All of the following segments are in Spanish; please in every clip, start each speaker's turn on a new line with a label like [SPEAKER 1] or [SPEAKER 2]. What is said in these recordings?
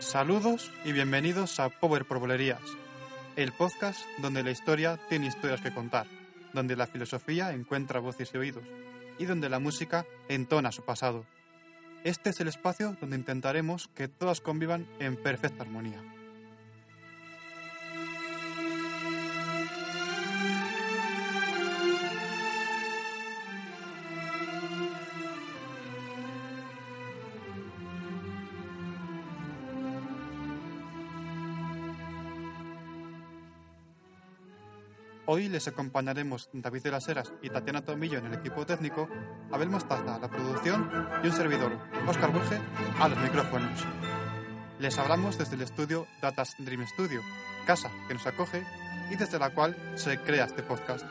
[SPEAKER 1] Saludos y bienvenidos a Power Problemerías, el podcast donde la historia tiene historias que contar, donde la filosofía encuentra voces y oídos, y donde la música entona su pasado. Este es el espacio donde intentaremos que todas convivan en perfecta armonía. Hoy les acompañaremos David de las Heras y Tatiana Tomillo en el equipo técnico, Abel Mostaza a la producción y un servidor, Óscar Burge, a los micrófonos. Les hablamos desde el estudio Datas Dream Studio, casa que nos acoge y desde la cual se crea este podcast.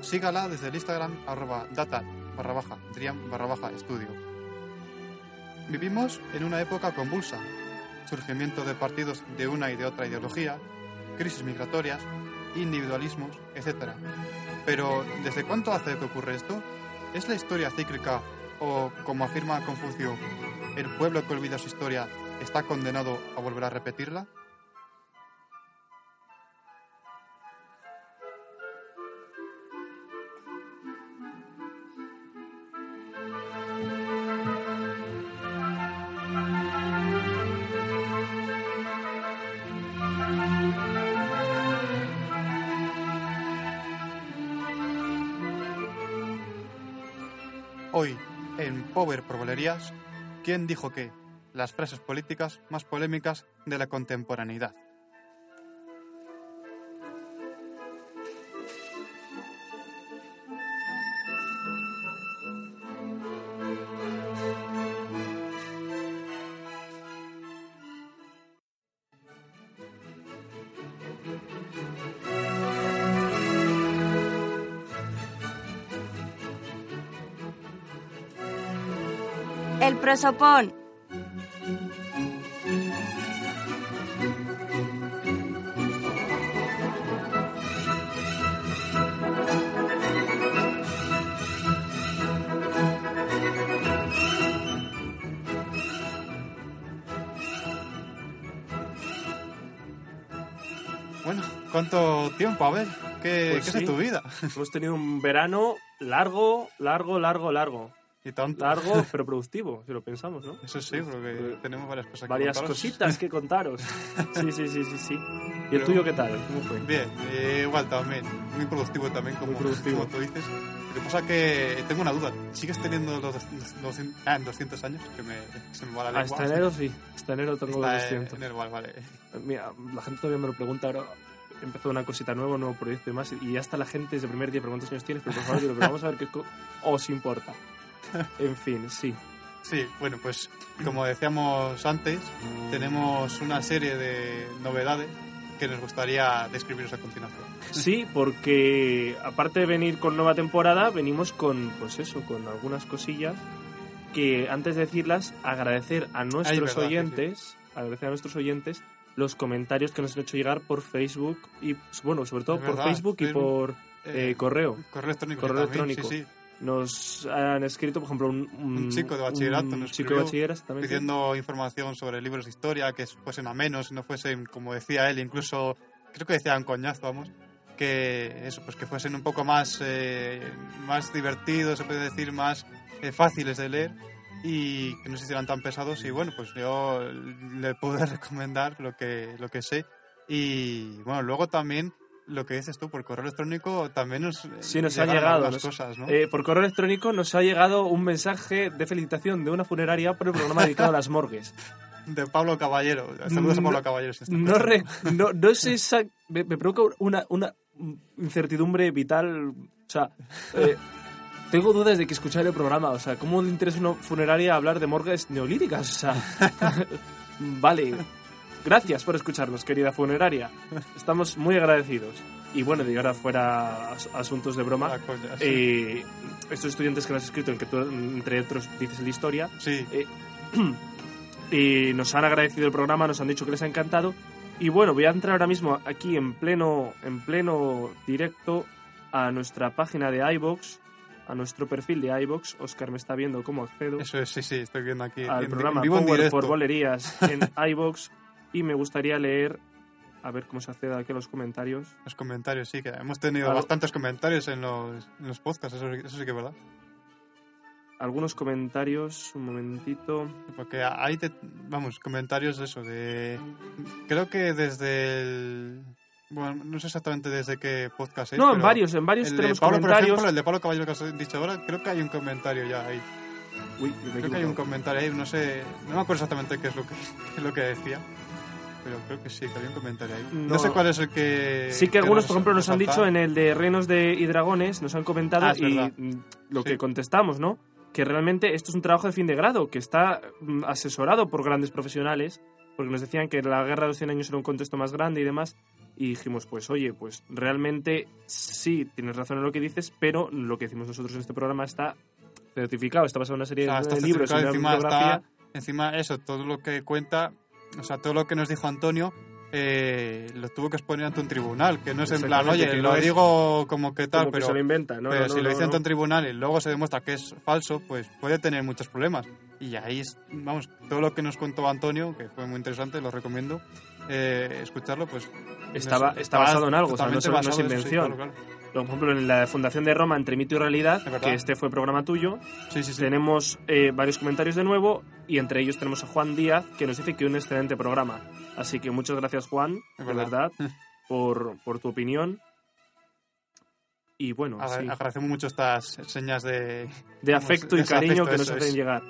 [SPEAKER 1] Sígala desde el Instagram arroba data barra baja dream barra baja estudio. Vivimos en una época convulsa, surgimiento de partidos de una y de otra ideología, crisis migratorias, individualismos, etc. Pero, ¿desde cuánto hace que ocurre esto? ¿Es la historia cíclica o, como afirma Confucio, el pueblo que olvida su historia está condenado a volver a repetirla? Hoy, en Power Probolerías, ¿quién dijo qué? Las frases políticas más polémicas de la contemporaneidad.
[SPEAKER 2] El prosopón.
[SPEAKER 1] Bueno, ¿cuánto tiempo? A ver, ¿qué,
[SPEAKER 3] Pues
[SPEAKER 1] qué es
[SPEAKER 3] sí.
[SPEAKER 1] de tu vida?
[SPEAKER 3] Hemos tenido un verano largo, largo, largo, largo.
[SPEAKER 1] Y tanto.
[SPEAKER 3] Largo, pero productivo, si lo pensamos, ¿no?
[SPEAKER 1] Eso sí, porque tenemos varias cosas que
[SPEAKER 3] pues, Varias
[SPEAKER 1] contaros.
[SPEAKER 3] cositas que contaros. Sí, sí, sí, sí, sí. ¿Y el
[SPEAKER 1] Pero-
[SPEAKER 3] tuyo qué tal? Ah, ¿Cómo fue?
[SPEAKER 1] Bien, eh, igual también. Muy productivo también, como,
[SPEAKER 3] Muy productivo.
[SPEAKER 1] como tú dices. Lo que pasa que tengo una duda. ¿Sigues teniendo los, dos- los- ah, 200 años? Que me, se me va la lengua.
[SPEAKER 3] Hasta este enero sí. Hasta enero tengo
[SPEAKER 1] Está,
[SPEAKER 3] los
[SPEAKER 1] eh,
[SPEAKER 3] 200.
[SPEAKER 1] enero, vale, vale.
[SPEAKER 3] Mira, la gente todavía me lo pregunta ahora. Empezó una cosita nueva, un nuevo proyecto y más. Y hasta la gente desde el primer día pregunta cuántos años tienes, pero por favor, digo, pero vamos a ver qué co- os importa. En fin, sí.
[SPEAKER 1] Sí, bueno, pues como decíamos antes, tenemos una serie de novedades que nos gustaría describiros a continuación.
[SPEAKER 3] Sí, porque aparte de venir con nueva temporada, venimos con, pues eso, con algunas cosillas que antes de decirlas, agradecer a nuestros
[SPEAKER 1] verdad, sí,
[SPEAKER 3] oyentes, agradecer a nuestros oyentes los comentarios que nos han hecho llegar por Facebook y, bueno, sobre todo
[SPEAKER 1] Es
[SPEAKER 3] por
[SPEAKER 1] verdad,
[SPEAKER 3] Facebook y
[SPEAKER 1] Facebook,
[SPEAKER 3] por
[SPEAKER 1] Eh,
[SPEAKER 3] eh, correo.
[SPEAKER 1] correo electrónico.
[SPEAKER 3] correo
[SPEAKER 1] también,
[SPEAKER 3] electrónico.
[SPEAKER 1] Sí, sí,
[SPEAKER 3] Nos han escrito, por ejemplo, un,
[SPEAKER 1] Un chico de bachillerato
[SPEAKER 3] un
[SPEAKER 1] nos
[SPEAKER 3] chico de
[SPEAKER 1] escribió
[SPEAKER 3] bachillerato, exactamente.
[SPEAKER 1] pidiendo información sobre libros de historia, que fuesen a menos, no fuesen, como decía él, incluso, creo que decía un coñazo, vamos, que eso, pues que fuesen un poco más, eh, más divertidos, se puede decir, más eh, fáciles de leer y que no se hicieran tan pesados. Y bueno, pues yo le pude recomendar lo que, lo que sé. Y bueno, luego también lo que dices tú por correo electrónico también nos, eh,
[SPEAKER 3] Sí, nos ha
[SPEAKER 1] llegaron
[SPEAKER 3] llegado,
[SPEAKER 1] algunas
[SPEAKER 3] nos-
[SPEAKER 1] cosas, ¿no?
[SPEAKER 3] Eh, por correo electrónico nos ha llegado un mensaje de felicitación de una funeraria por el programa dedicado a las morgues.
[SPEAKER 1] de Pablo Caballero. Saludos a
[SPEAKER 3] no-
[SPEAKER 1] Pablo Caballero. si está
[SPEAKER 3] No, re- no, no sé esa- me, me provoca una, una incertidumbre vital. O sea, eh, tengo dudas de que escuchar el programa. O sea, ¿cómo le interesa a una funeraria hablar de morgues neolíticas? O sea, vale. Gracias por escucharnos, querida funeraria. Estamos muy agradecidos. Y bueno, de ahora fuera as- asuntos de broma.
[SPEAKER 1] Ah, coño, sí.
[SPEAKER 3] Eh, estos estudiantes que lo has escrito, en que tú, entre otros, dices la historia,
[SPEAKER 1] Sí,
[SPEAKER 3] y nos han agradecido el programa, nos han dicho que les ha encantado. Y bueno, voy a entrar ahora mismo aquí en pleno, en pleno directo a nuestra página de iBox, a nuestro perfil de iBox. Oscar me está viendo cómo accedo
[SPEAKER 1] eso es, sí, sí, estoy viendo aquí.
[SPEAKER 3] al
[SPEAKER 1] en-
[SPEAKER 3] programa
[SPEAKER 1] en vivo en
[SPEAKER 3] Power
[SPEAKER 1] directo.
[SPEAKER 3] por Bolerías en iBox y me gustaría leer, a ver cómo se accede aquí a los comentarios.
[SPEAKER 1] Los comentarios, sí, que hemos tenido
[SPEAKER 3] Claro.
[SPEAKER 1] bastantes comentarios en los, en los podcasts, eso, eso sí que es verdad.
[SPEAKER 3] Algunos comentarios, un momentito.
[SPEAKER 1] Porque hay, vamos, comentarios de eso, de... Creo que desde el... Bueno, no sé exactamente desde qué podcast es.
[SPEAKER 3] No, en
[SPEAKER 1] pero
[SPEAKER 3] varios, en varios
[SPEAKER 1] El de
[SPEAKER 3] tenemos
[SPEAKER 1] Pablo, por
[SPEAKER 3] comentarios.
[SPEAKER 1] ejemplo, el de Pablo Caballero que has dicho ahora, creo que hay un comentario ya ahí.
[SPEAKER 3] Uy, me he
[SPEAKER 1] Creo que hay
[SPEAKER 3] equivocado.
[SPEAKER 1] un comentario ahí, no sé, no me acuerdo exactamente qué es lo que, qué es lo que decía, pero creo que sí, que había un comentario ahí. No,
[SPEAKER 3] No.
[SPEAKER 1] sé cuál es el que...
[SPEAKER 3] Sí que algunos,
[SPEAKER 1] nos-
[SPEAKER 3] por ejemplo, nos han dicho
[SPEAKER 1] falta.
[SPEAKER 3] en el de Reinos de y Dragones, nos han comentado
[SPEAKER 1] Ah, es
[SPEAKER 3] y
[SPEAKER 1] verdad.
[SPEAKER 3] mm, lo
[SPEAKER 1] Sí.
[SPEAKER 3] que contestamos, ¿no? Que realmente esto es un trabajo de fin de grado, que está mm, asesorado por grandes profesionales, porque nos decían que la Guerra de los 100 Años era un contexto más grande y demás, y dijimos, pues oye, pues realmente sí, tienes razón en lo que dices, pero lo que decimos nosotros en este programa está certificado, está basado en una serie
[SPEAKER 1] O sea,
[SPEAKER 3] de
[SPEAKER 1] está
[SPEAKER 3] libros, en
[SPEAKER 1] certificado,
[SPEAKER 3] una
[SPEAKER 1] encima,
[SPEAKER 3] bibliografía.
[SPEAKER 1] está, encima eso, todo lo que cuenta, o sea, todo lo que nos dijo Antonio, eh, lo tuvo que exponer ante un tribunal, que no es en plan,
[SPEAKER 3] Exactamente,
[SPEAKER 1] oye,
[SPEAKER 3] que
[SPEAKER 1] lo
[SPEAKER 3] no es
[SPEAKER 1] digo como que tal,
[SPEAKER 3] como que
[SPEAKER 1] pero,
[SPEAKER 3] se lo inventa, ¿no?
[SPEAKER 1] pero
[SPEAKER 3] No, no,
[SPEAKER 1] si
[SPEAKER 3] no,
[SPEAKER 1] lo dice
[SPEAKER 3] no.
[SPEAKER 1] ante un tribunal y luego se demuestra que es falso, pues puede tener muchos problemas. Y ahí, es, vamos, todo lo que nos contó Antonio, que fue muy interesante, lo recomiendo, eh, escucharlo, pues...
[SPEAKER 3] Estaba-
[SPEAKER 1] es-
[SPEAKER 3] está basado en algo, o sea, no
[SPEAKER 1] totalmente
[SPEAKER 3] es- no es
[SPEAKER 1] basado, eso sí,
[SPEAKER 3] invención.
[SPEAKER 1] claro, claro.
[SPEAKER 3] Por ejemplo, en la Fundación de Roma, entre mito y realidad,
[SPEAKER 1] Es verdad.
[SPEAKER 3] que este fue programa tuyo,
[SPEAKER 1] Sí, sí, sí.
[SPEAKER 3] Tenemos eh, varios comentarios de nuevo y entre ellos tenemos a Juan Díaz que nos dice que un excelente programa. Así que muchas gracias Juan, de
[SPEAKER 1] Es
[SPEAKER 3] verdad,
[SPEAKER 1] verdad.
[SPEAKER 3] por, por tu opinión. Y bueno,
[SPEAKER 1] Agra-
[SPEAKER 3] sí,
[SPEAKER 1] Agradecemos mucho estas señas de...
[SPEAKER 3] de afecto y
[SPEAKER 1] ese afecto,
[SPEAKER 3] cariño que nos
[SPEAKER 1] eso
[SPEAKER 3] hacen
[SPEAKER 1] es.
[SPEAKER 3] llegar.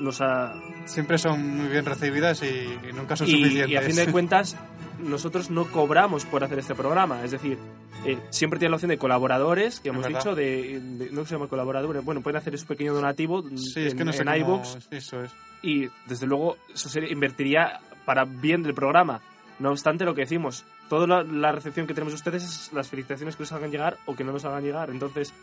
[SPEAKER 3] Nos ha-
[SPEAKER 1] Siempre son muy bien recibidas y, y nunca son
[SPEAKER 3] y,
[SPEAKER 1] suficientes.
[SPEAKER 3] y a fin de cuentas, nosotros no cobramos por hacer este programa. Es decir, eh, siempre tienen la opción de colaboradores, que hemos
[SPEAKER 1] verdad.
[SPEAKER 3] dicho, de, de- no se llama colaboradores, bueno, pueden hacer su pequeño donativo
[SPEAKER 1] Sí,
[SPEAKER 3] en,
[SPEAKER 1] es que no sé
[SPEAKER 3] en
[SPEAKER 1] cómo-
[SPEAKER 3] iVoox.
[SPEAKER 1] Eso es.
[SPEAKER 3] y desde luego eso se invertiría para bien del programa. No obstante, lo que decimos, toda la, la recepción que tenemos de ustedes es las felicitaciones que nos hagan llegar o que no nos hagan llegar. Entonces,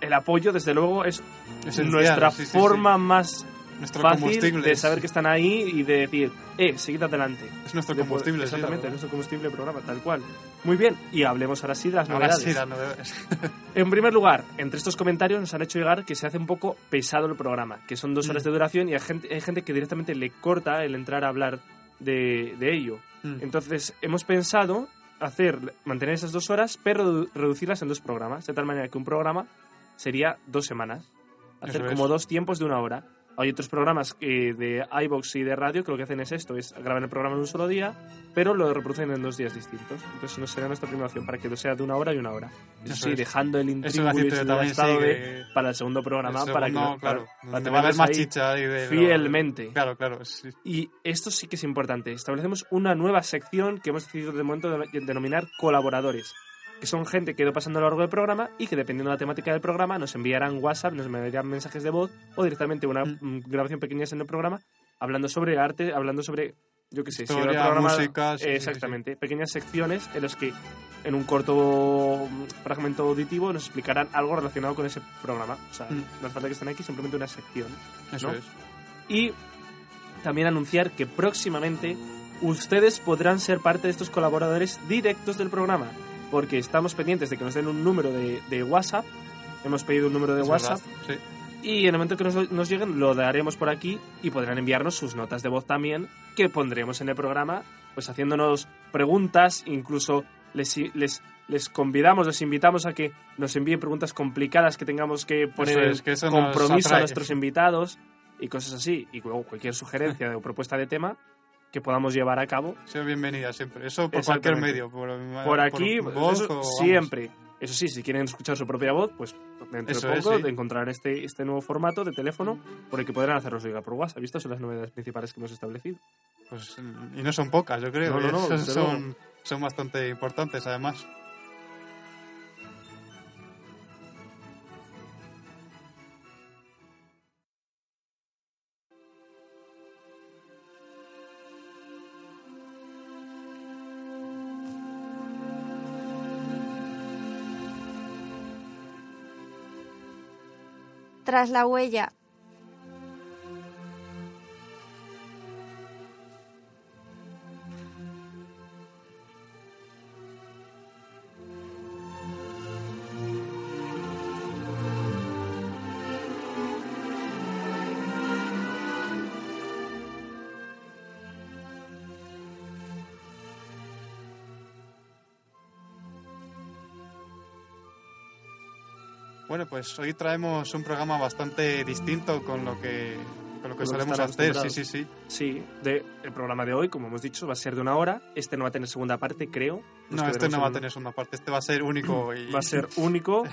[SPEAKER 3] el apoyo, desde luego, es
[SPEAKER 1] Esencial,
[SPEAKER 3] nuestra
[SPEAKER 1] sí, sí, sí.
[SPEAKER 3] forma más
[SPEAKER 1] Nuestro
[SPEAKER 3] fácil
[SPEAKER 1] combustible
[SPEAKER 3] de
[SPEAKER 1] es-
[SPEAKER 3] saber que están ahí y de decir, eh, seguid adelante.
[SPEAKER 1] Es nuestro
[SPEAKER 3] De poder-
[SPEAKER 1] combustible, sí, la
[SPEAKER 3] Exactamente,
[SPEAKER 1] verdad.
[SPEAKER 3] nuestro combustible del programa, tal cual. Muy bien, y hablemos ahora sí de las
[SPEAKER 1] Ahora
[SPEAKER 3] novedades.
[SPEAKER 1] sí, las novedades.
[SPEAKER 3] En primer lugar, entre estos comentarios nos han hecho llegar que se hace un poco pesado el programa, que son dos horas
[SPEAKER 1] Mm.
[SPEAKER 3] de duración y hay gente, hay gente que directamente le corta el entrar a hablar de, de ello.
[SPEAKER 1] Mm.
[SPEAKER 3] Entonces, hemos pensado hacer, mantener esas dos horas, pero redu- reducirlas en dos programas, de tal manera que un programa sería dos semanas. Hacer
[SPEAKER 1] Eso es.
[SPEAKER 3] como dos tiempos de una hora. Hay otros programas eh, de iBox y de radio que lo que hacen es esto, es graban el programa en un solo día, pero lo reproducen en dos días distintos. Entonces, no será nuestra primera opción para que lo sea de una hora y una hora. Eso
[SPEAKER 1] Eso
[SPEAKER 3] sí,
[SPEAKER 1] es.
[SPEAKER 3] dejando el
[SPEAKER 1] Eso iba a
[SPEAKER 3] intríngulis
[SPEAKER 1] decirte
[SPEAKER 3] del
[SPEAKER 1] también, sí,
[SPEAKER 3] estado
[SPEAKER 1] que-
[SPEAKER 3] de- para el segundo programa,
[SPEAKER 1] Eso,
[SPEAKER 3] para que
[SPEAKER 1] no,
[SPEAKER 3] no-
[SPEAKER 1] claro. donde
[SPEAKER 3] para
[SPEAKER 1] va a
[SPEAKER 3] tenerlos
[SPEAKER 1] haber más
[SPEAKER 3] ahí
[SPEAKER 1] chicha ahí de...
[SPEAKER 3] fielmente.
[SPEAKER 1] Claro, claro. sí.
[SPEAKER 3] Y esto sí que es importante. Establecemos una nueva sección que hemos decidido de momento de- denominar colaboradores, que son gente que ha ido pasando a lo largo del programa y que dependiendo de la temática del programa nos enviarán WhatsApp, nos enviarán mensajes de voz o directamente una
[SPEAKER 1] Mm.
[SPEAKER 3] mm, grabación pequeña en el programa hablando sobre arte, hablando sobre, yo qué sé, si era
[SPEAKER 1] Historia, música, sí, sí, sí, sí.
[SPEAKER 3] exactamente, pequeñas secciones en las que en un corto mm, fragmento auditivo nos explicarán algo relacionado con ese programa. O sea,
[SPEAKER 1] Mm.
[SPEAKER 3] no hace falta que estén aquí, simplemente una sección
[SPEAKER 1] Eso
[SPEAKER 3] ¿no?
[SPEAKER 1] es.
[SPEAKER 3] y también anunciar que próximamente ustedes podrán ser parte de estos colaboradores directos del programa, porque estamos pendientes de que nos den un número de, de WhatsApp. Hemos pedido un número de
[SPEAKER 1] Es
[SPEAKER 3] WhatsApp
[SPEAKER 1] verdad, Sí.
[SPEAKER 3] y en el momento que nos, nos lleguen lo daremos por aquí y podrán enviarnos sus notas de voz también que pondremos en el programa, pues haciéndonos preguntas, incluso les, les, les convidamos, les invitamos a que nos envíen preguntas complicadas que tengamos que poner
[SPEAKER 1] Eso
[SPEAKER 3] en
[SPEAKER 1] es, que eso nos
[SPEAKER 3] compromiso a
[SPEAKER 1] atrae.
[SPEAKER 3] nuestros invitados y cosas así. Y luego cualquier sugerencia o propuesta de tema que podamos llevar a cabo.
[SPEAKER 1] Soy bienvenida siempre. Eso por cualquier
[SPEAKER 3] Exactamente.
[SPEAKER 1] medio. Por,
[SPEAKER 3] Por aquí,
[SPEAKER 1] por voz
[SPEAKER 3] eso,
[SPEAKER 1] o, vamos.
[SPEAKER 3] siempre. Eso sí, si quieren escuchar su propia voz, pues dentro
[SPEAKER 1] Eso
[SPEAKER 3] de
[SPEAKER 1] es,
[SPEAKER 3] poco
[SPEAKER 1] sí.
[SPEAKER 3] de encontrar este, este nuevo formato de teléfono por el que podrán hacernos llegar por WhatsApp. Estas son las novedades principales que hemos establecido.
[SPEAKER 1] Pues, mm, y no son pocas, yo creo.
[SPEAKER 3] No, no, no,
[SPEAKER 1] son,
[SPEAKER 3] desde
[SPEAKER 1] son, son bastante importantes, además.
[SPEAKER 2] Tras la huella.
[SPEAKER 1] Bueno, pues hoy traemos un programa bastante distinto con lo que, con lo que
[SPEAKER 3] Con lo que
[SPEAKER 1] solemos
[SPEAKER 3] están
[SPEAKER 1] hacer. Sí,
[SPEAKER 3] acostumbrados.
[SPEAKER 1] sí, sí.
[SPEAKER 3] Sí, de, el programa de hoy, como hemos dicho, va a ser de una hora. Este no va a tener segunda parte, creo. Nos
[SPEAKER 1] No, este
[SPEAKER 3] quedaremos
[SPEAKER 1] no va a
[SPEAKER 3] en-
[SPEAKER 1] tener segunda parte. Este va a ser único. Y,
[SPEAKER 3] va a ser único.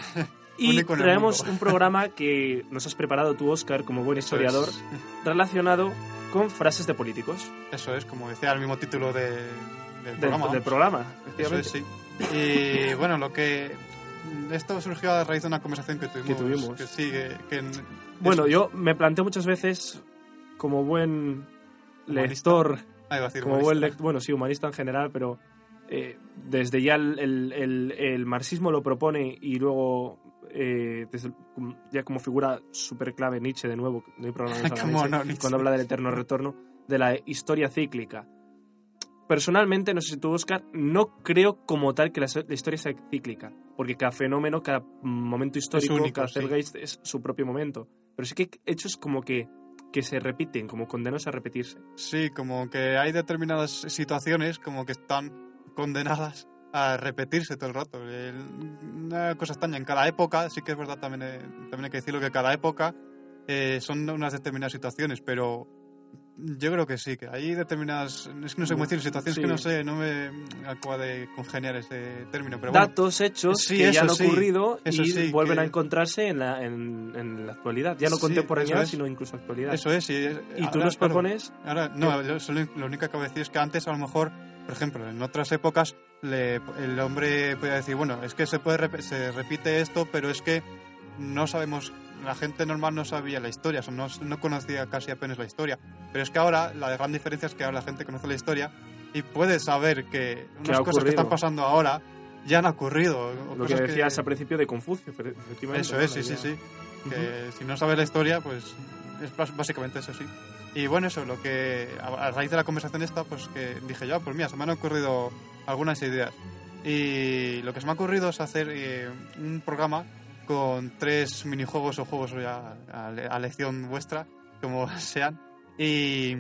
[SPEAKER 3] Y
[SPEAKER 1] Único en el
[SPEAKER 3] traemos
[SPEAKER 1] mundo.
[SPEAKER 3] un programa que nos has preparado tú, Oscar, como buen
[SPEAKER 1] Eso
[SPEAKER 3] historiador,
[SPEAKER 1] es-
[SPEAKER 3] relacionado con frases de políticos
[SPEAKER 1] Eso es, como decía el mismo título de, del
[SPEAKER 3] del,
[SPEAKER 1] programa.
[SPEAKER 3] del
[SPEAKER 1] vamos.
[SPEAKER 3] programa.
[SPEAKER 1] Eso
[SPEAKER 3] efectivamente.
[SPEAKER 1] es, sí. Y bueno, lo que. Esto surgió a raíz de una conversación que tuvimos.
[SPEAKER 3] Que tuvimos.
[SPEAKER 1] que sí, que- que en-
[SPEAKER 3] Bueno,
[SPEAKER 1] es-
[SPEAKER 3] yo me planteo muchas veces, como buen
[SPEAKER 1] Humanista.
[SPEAKER 3] lector,
[SPEAKER 1] Ah, iba a decir
[SPEAKER 3] como buen
[SPEAKER 1] humanista.
[SPEAKER 3] lec- bueno, sí, humanista en general, pero eh, desde ya el, el- el- el marxismo lo propone y luego, eh, desde- com- ya como figura súper clave Nietzsche de nuevo, no hay problema con
[SPEAKER 1] Cómo no, Nietzsche.
[SPEAKER 3] cuando habla del eterno retorno, de la historia cíclica. Personalmente, no sé si tú, Oscar, no creo como tal que la, so- la historia sea cíclica, porque cada fenómeno, cada momento histórico,
[SPEAKER 1] único,
[SPEAKER 3] cada
[SPEAKER 1] sí.
[SPEAKER 3] zeitgeist es su propio momento. Pero sí que hay hechos como que, que se repiten, como condenos a repetirse.
[SPEAKER 1] Sí, como que hay determinadas situaciones como que están condenadas a repetirse todo el rato. El- Una cosa extraña, en cada época, sí que es verdad, también, eh, también hay que decirlo, que cada época eh, son unas determinadas situaciones, pero yo creo que sí, que hay determinadas... Es que no sé cómo decir, situaciones
[SPEAKER 3] Mm, Sí.
[SPEAKER 1] que no sé, no me acaba de congeniar ese término, pero bueno,
[SPEAKER 3] Datos, hechos
[SPEAKER 1] Sí,
[SPEAKER 3] que
[SPEAKER 1] eso
[SPEAKER 3] ya han
[SPEAKER 1] sí,
[SPEAKER 3] ocurrido
[SPEAKER 1] eso
[SPEAKER 3] y
[SPEAKER 1] sí,
[SPEAKER 3] vuelven
[SPEAKER 1] que-
[SPEAKER 3] a encontrarse en la, en, en la actualidad. Ya no
[SPEAKER 1] Sí,
[SPEAKER 3] contemporaneidad,
[SPEAKER 1] eso es.
[SPEAKER 3] sino incluso actualidad.
[SPEAKER 1] eso es. Y, es-
[SPEAKER 3] y tú
[SPEAKER 1] ahora,
[SPEAKER 3] nos
[SPEAKER 1] claro,
[SPEAKER 3] propones
[SPEAKER 1] Ahora, no, yo solo- lo único que acabo de decir es que antes, a lo mejor, por ejemplo, en otras épocas, le- el hombre podía decir, bueno, es que se, puede, rep- se repite esto, pero es que no sabemos, la gente normal no sabía la historia, o sea, no, no conocía casi apenas la historia. Pero es que ahora la gran diferencia es que ahora la gente conoce la historia y puede saber que
[SPEAKER 3] Que ha
[SPEAKER 1] unas cosas que
[SPEAKER 3] ocurrido.
[SPEAKER 1] están pasando ahora ya han ocurrido. o
[SPEAKER 3] lo que
[SPEAKER 1] cosas
[SPEAKER 3] decías al principio de Confucio, pero efectivamente.
[SPEAKER 1] eso
[SPEAKER 3] ¿no?
[SPEAKER 1] es,
[SPEAKER 3] La
[SPEAKER 1] sí, sí,
[SPEAKER 3] idea-
[SPEAKER 1] sí.
[SPEAKER 3] Ujú.
[SPEAKER 1] Que si no sabes la historia, pues es bas- básicamente eso, sí. Y bueno, eso, lo que a a raíz de la conversación esta, pues que dije yo, "Ah, pues mira, se me han ocurrido algunas ideas. Y lo que se me ha ocurrido es hacer eh, un programa con tres minijuegos o juegos ya a, le- a lección vuestra, como sean. Y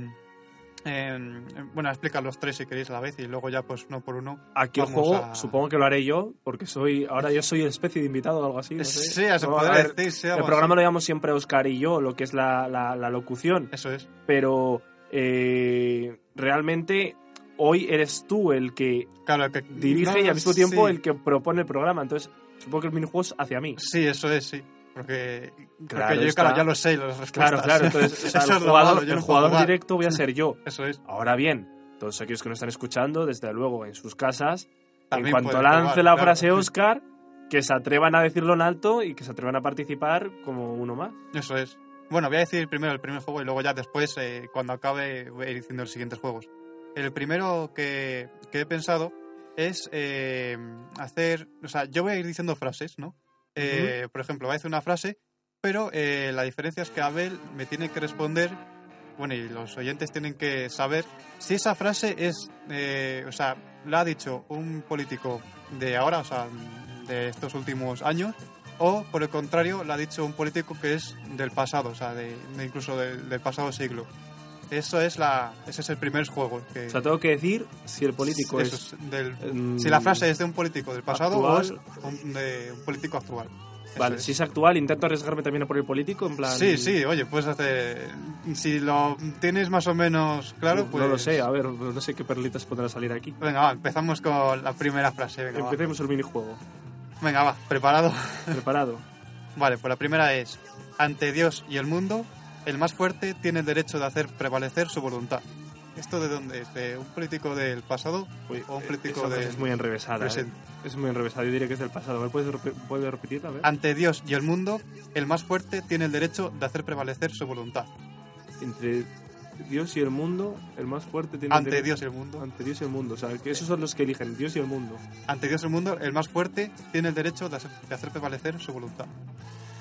[SPEAKER 1] em, bueno, explicar los tres si queréis a la vez y luego ya pues uno por uno.
[SPEAKER 3] Aquí el
[SPEAKER 1] Vamos
[SPEAKER 3] juego,
[SPEAKER 1] a-
[SPEAKER 3] supongo que lo haré yo, porque soy ahora yo soy especie de invitado o algo así. No sé.
[SPEAKER 1] Sí, se
[SPEAKER 3] No, a
[SPEAKER 1] podrá
[SPEAKER 3] ver,
[SPEAKER 1] decir, sí,
[SPEAKER 3] El
[SPEAKER 1] algo
[SPEAKER 3] programa lo llamamos siempre Oscar y yo, lo que es la, la- la locución,
[SPEAKER 1] así. Eso es.
[SPEAKER 3] pero eh, realmente hoy eres tú el que
[SPEAKER 1] Claro, el que
[SPEAKER 3] dirige
[SPEAKER 1] no,
[SPEAKER 3] y al mismo tiempo
[SPEAKER 1] sí.
[SPEAKER 3] el que propone el programa, entonces supongo que el minijuego es hacia mí.
[SPEAKER 1] Sí, eso es, sí. Porque creo
[SPEAKER 3] Claro
[SPEAKER 1] que yo,
[SPEAKER 3] está.
[SPEAKER 1] claro, ya lo sé, las respuestas.
[SPEAKER 3] Claro, claro, entonces o sea,
[SPEAKER 1] Eso
[SPEAKER 3] el
[SPEAKER 1] es lo
[SPEAKER 3] jugador,
[SPEAKER 1] malo, yo
[SPEAKER 3] el
[SPEAKER 1] no puedo
[SPEAKER 3] jugador
[SPEAKER 1] jugar.
[SPEAKER 3] directo voy a ser yo.
[SPEAKER 1] Eso es.
[SPEAKER 3] Ahora bien, todos aquellos que nos están escuchando, desde luego, en sus casas,
[SPEAKER 1] También
[SPEAKER 3] en cuanto
[SPEAKER 1] pueden
[SPEAKER 3] lance
[SPEAKER 1] jugar,
[SPEAKER 3] la
[SPEAKER 1] claro.
[SPEAKER 3] frase Oscar, que se atrevan a decirlo en alto y que se atrevan a participar como uno más.
[SPEAKER 1] Eso es. Bueno, voy a decir primero el primer juego y luego ya después, eh, cuando acabe, voy a ir diciendo los siguientes juegos. El primero que, que he pensado es eh, hacer... O sea, yo voy a ir diciendo frases, ¿no? Eh, Por ejemplo, voy a decir una frase, pero eh, la diferencia es que Abel me tiene que responder... Bueno, y los oyentes tienen que saber si esa frase es... eh, o sea, la ha dicho un político de ahora, o sea, de estos últimos años, o por el contrario lo ha dicho un político que es del pasado, o sea, de, de incluso de- del pasado siglo. Eso es la, ese es el primer juego. Que
[SPEAKER 3] O sea, tengo que decir si el político
[SPEAKER 1] eso
[SPEAKER 3] es...
[SPEAKER 1] del-
[SPEAKER 3] mm,
[SPEAKER 1] si la frase es de un político del pasado
[SPEAKER 3] actual.
[SPEAKER 1] o es un- de un político actual.
[SPEAKER 3] Vale,
[SPEAKER 1] es.
[SPEAKER 3] si es actual, intento arriesgarme también a por el político, en plan...
[SPEAKER 1] Sí, sí, oye, puedes hacer... Si lo tienes más o menos claro, pues...
[SPEAKER 3] No lo sé, a ver, no sé qué perlitas podrán salir aquí.
[SPEAKER 1] Venga, va, empezamos con la primera frase. Venga, va.
[SPEAKER 3] Empecemos el minijuego.
[SPEAKER 1] Venga, va, preparado.
[SPEAKER 3] Preparado.
[SPEAKER 1] Vale, pues la primera es, ante Dios y el mundo, el más fuerte tiene el derecho de hacer prevalecer su voluntad. ¿Esto de dónde es? ¿De un político del pasado o un político
[SPEAKER 3] Esa
[SPEAKER 1] del
[SPEAKER 3] frase Eh, Es muy enrevesada. eh.
[SPEAKER 1] presente?
[SPEAKER 3] Es muy enrevesada, yo diría que es del pasado. ¿Me puedes, rep- puedes repetirla? A ver.
[SPEAKER 1] Ante Dios y el mundo, el más fuerte tiene el derecho de hacer prevalecer su voluntad.
[SPEAKER 3] Entre Dios y el mundo, el más fuerte tiene... el
[SPEAKER 1] Ante
[SPEAKER 3] derecho-
[SPEAKER 1] Dios y el mundo.
[SPEAKER 3] Ante Dios y el mundo. O sea, que esos son los que eligen, Dios y el mundo.
[SPEAKER 1] Ante Dios y el mundo, el más fuerte tiene el derecho de hacer, de hacer prevalecer su voluntad.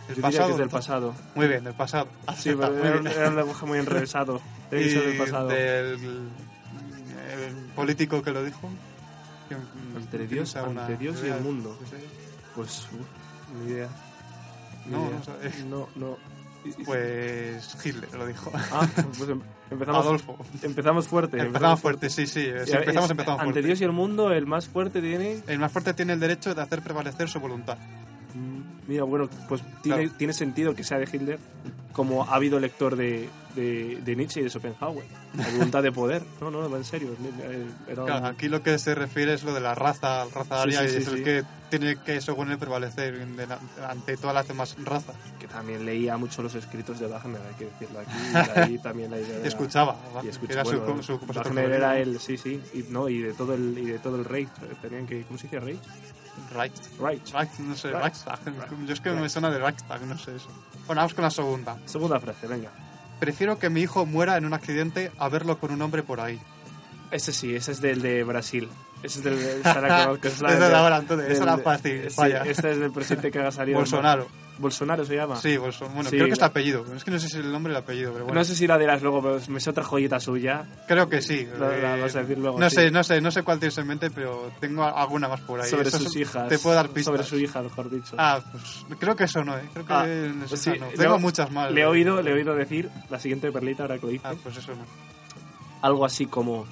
[SPEAKER 1] El
[SPEAKER 3] Yo diría
[SPEAKER 1] pasado.
[SPEAKER 3] que es del pasado.
[SPEAKER 1] Muy bien, del pasado.
[SPEAKER 3] Sí,
[SPEAKER 1] Acertado,
[SPEAKER 3] pero
[SPEAKER 1] muy
[SPEAKER 3] era, un-
[SPEAKER 1] bien.
[SPEAKER 3] era un lenguaje muy enrevesado. Tiene que ser del
[SPEAKER 1] Y
[SPEAKER 3] pasado.
[SPEAKER 1] del- el político que lo dijo. que, mm,
[SPEAKER 3] Ante Dios-
[SPEAKER 1] piensa
[SPEAKER 3] ante Dios y el mundo.
[SPEAKER 1] Sí, sí.
[SPEAKER 3] Pues, uf, ni idea. Ni
[SPEAKER 1] No,
[SPEAKER 3] idea.
[SPEAKER 1] no sabe.
[SPEAKER 3] No, no. Y- y-
[SPEAKER 1] Pues Hitler lo dijo.
[SPEAKER 3] Ah, pues em- empezamos,
[SPEAKER 1] Adolfo.
[SPEAKER 3] empezamos fuerte.
[SPEAKER 1] Empezamos fuerte, sí, sí.
[SPEAKER 3] Y
[SPEAKER 1] Si
[SPEAKER 3] a-
[SPEAKER 1] empezamos,
[SPEAKER 3] es-
[SPEAKER 1] empezamos
[SPEAKER 3] Ante
[SPEAKER 1] fuerte.
[SPEAKER 3] Dios y el mundo, el más fuerte tiene...
[SPEAKER 1] El más fuerte tiene el derecho de hacer prevalecer su voluntad.
[SPEAKER 3] Mm, Mira, bueno, pues tiene,
[SPEAKER 1] Claro.
[SPEAKER 3] tiene sentido que sea de Hitler como ha habido lector de, de, de Nietzsche y de Schopenhauer. La voluntad de poder. No, no, en serio. eh, Era un-
[SPEAKER 1] Claro, aquí lo que se refiere es lo de la raza, raza
[SPEAKER 3] Sí,
[SPEAKER 1] aria,
[SPEAKER 3] sí,
[SPEAKER 1] y
[SPEAKER 3] sí,
[SPEAKER 1] es el
[SPEAKER 3] sí.
[SPEAKER 1] que tiene que, según él, prevalecer de la- ante todas las demás razas.
[SPEAKER 3] que también leía mucho los escritos de Wagner, hay que decirlo aquí. y ahí también la idea
[SPEAKER 1] Y
[SPEAKER 3] era-
[SPEAKER 1] escuchaba, ¿verdad?
[SPEAKER 3] y
[SPEAKER 1] Que
[SPEAKER 3] escucha-
[SPEAKER 1] era su-
[SPEAKER 3] bueno,
[SPEAKER 1] su compositor
[SPEAKER 3] Wagner era
[SPEAKER 1] favorito.
[SPEAKER 3] él, sí, sí, y, no, y de todo el y de todo el Reich, eh, tenían que ¿cómo se dice Reich?
[SPEAKER 1] Reich.
[SPEAKER 3] Reich.
[SPEAKER 1] Reich, no sé,
[SPEAKER 3] Reich.
[SPEAKER 1] Reichstag.
[SPEAKER 3] Reich.
[SPEAKER 1] Yo es que me
[SPEAKER 3] Reich.
[SPEAKER 1] suena de Reichstag, no sé eso. Bueno, vamos con la segunda.
[SPEAKER 3] Segunda frase, venga.
[SPEAKER 1] Prefiero que mi hijo muera en un accidente a verlo con un hombre por ahí.
[SPEAKER 3] Ese sí, ese es del de Brasil. Ese es del esa la conozco, esa
[SPEAKER 1] Esa
[SPEAKER 3] del-
[SPEAKER 1] la verdad, entonces,
[SPEAKER 3] del-
[SPEAKER 1] esa era fácil,
[SPEAKER 3] sí,
[SPEAKER 1] vaya.
[SPEAKER 3] Esta es del presidente que haga salir
[SPEAKER 1] Bolsonaro.
[SPEAKER 3] Bolsonaro se llama.
[SPEAKER 1] Sí, Bolsonaro. Bueno,
[SPEAKER 3] Ah. Sí,
[SPEAKER 1] creo que es el
[SPEAKER 3] la-
[SPEAKER 1] apellido. Es que no sé si es el nombre o el apellido, pero bueno.
[SPEAKER 3] No sé si la dirás luego, pero me sé otra joyita suya.
[SPEAKER 1] Creo que sí.
[SPEAKER 3] La- la
[SPEAKER 1] eh,
[SPEAKER 3] vas a decir luego,
[SPEAKER 1] no
[SPEAKER 3] sí.
[SPEAKER 1] sé, no sé, no sé cuál tienes en mente, pero tengo alguna más por ahí.
[SPEAKER 3] sobre
[SPEAKER 1] Eso
[SPEAKER 3] sus
[SPEAKER 1] es-
[SPEAKER 3] hijas.
[SPEAKER 1] Te puedo dar pistas.
[SPEAKER 3] Sobre su hija, mejor dicho.
[SPEAKER 1] Ah, pues creo que eso no, ¿eh? Creo que
[SPEAKER 3] Ah,
[SPEAKER 1] en esa
[SPEAKER 3] pues sí,
[SPEAKER 1] no.
[SPEAKER 3] le-
[SPEAKER 1] Tengo muchas más.
[SPEAKER 3] Le he
[SPEAKER 1] eh.
[SPEAKER 3] oído, le he oído decir la siguiente perlita ahora que lo dice.
[SPEAKER 1] Ah, pues eso no.
[SPEAKER 3] algo así como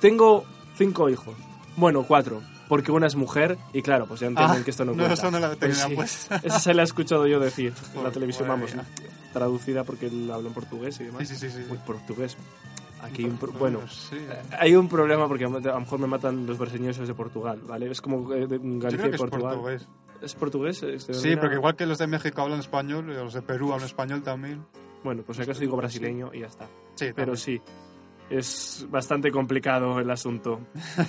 [SPEAKER 3] tengo cinco hijos bueno cuatro porque una es mujer y claro pues ya entienden
[SPEAKER 1] Ah,
[SPEAKER 3] que esto no
[SPEAKER 1] no,
[SPEAKER 3] cuenta Pues
[SPEAKER 1] eso no la tenía pues. puesta.
[SPEAKER 3] esa se la he escuchado yo decir en la
[SPEAKER 1] Joder,
[SPEAKER 3] televisión
[SPEAKER 1] madre
[SPEAKER 3] vamos
[SPEAKER 1] mía.
[SPEAKER 3] traducida porque él habla en portugués y demás
[SPEAKER 1] Sí, sí, sí, sí.
[SPEAKER 3] Uy, portugués aquí hay un pro- bueno eh,
[SPEAKER 1] Sí.
[SPEAKER 3] hay un problema porque a lo mejor me matan los brasileños de Portugal vale es como eh, de-
[SPEAKER 1] Yo
[SPEAKER 3] Galicia
[SPEAKER 1] creo
[SPEAKER 3] y
[SPEAKER 1] que es
[SPEAKER 3] Portugal
[SPEAKER 1] portugués.
[SPEAKER 3] es portugués Eh, se
[SPEAKER 1] Sí,
[SPEAKER 3] denomina-
[SPEAKER 1] porque igual que los de México hablan español, y los de Perú hablan español también.
[SPEAKER 3] bueno pues si acaso digo brasileño y ya está
[SPEAKER 1] Sí,
[SPEAKER 3] pero
[SPEAKER 1] también.
[SPEAKER 3] sí, es bastante complicado el asunto.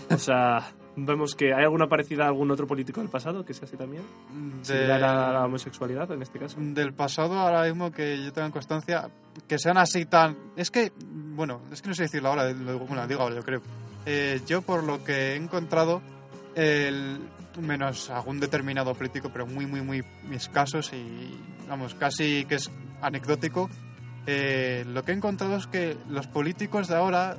[SPEAKER 3] O sea, vemos que hay alguna parecida a algún otro político del pasado que sea así también.
[SPEAKER 1] Mm, De-
[SPEAKER 3] Similar a la homosexualidad en este caso.
[SPEAKER 1] del pasado ahora mismo que yo tenga en constancia que sean así tan es que bueno es que no sé decirlo ahora lo- bueno digo ahora, yo creo Eh, yo por lo que he encontrado el- menos algún determinado político pero muy muy muy escasos y vamos casi que es anecdótico eh, lo que he encontrado es que los políticos de ahora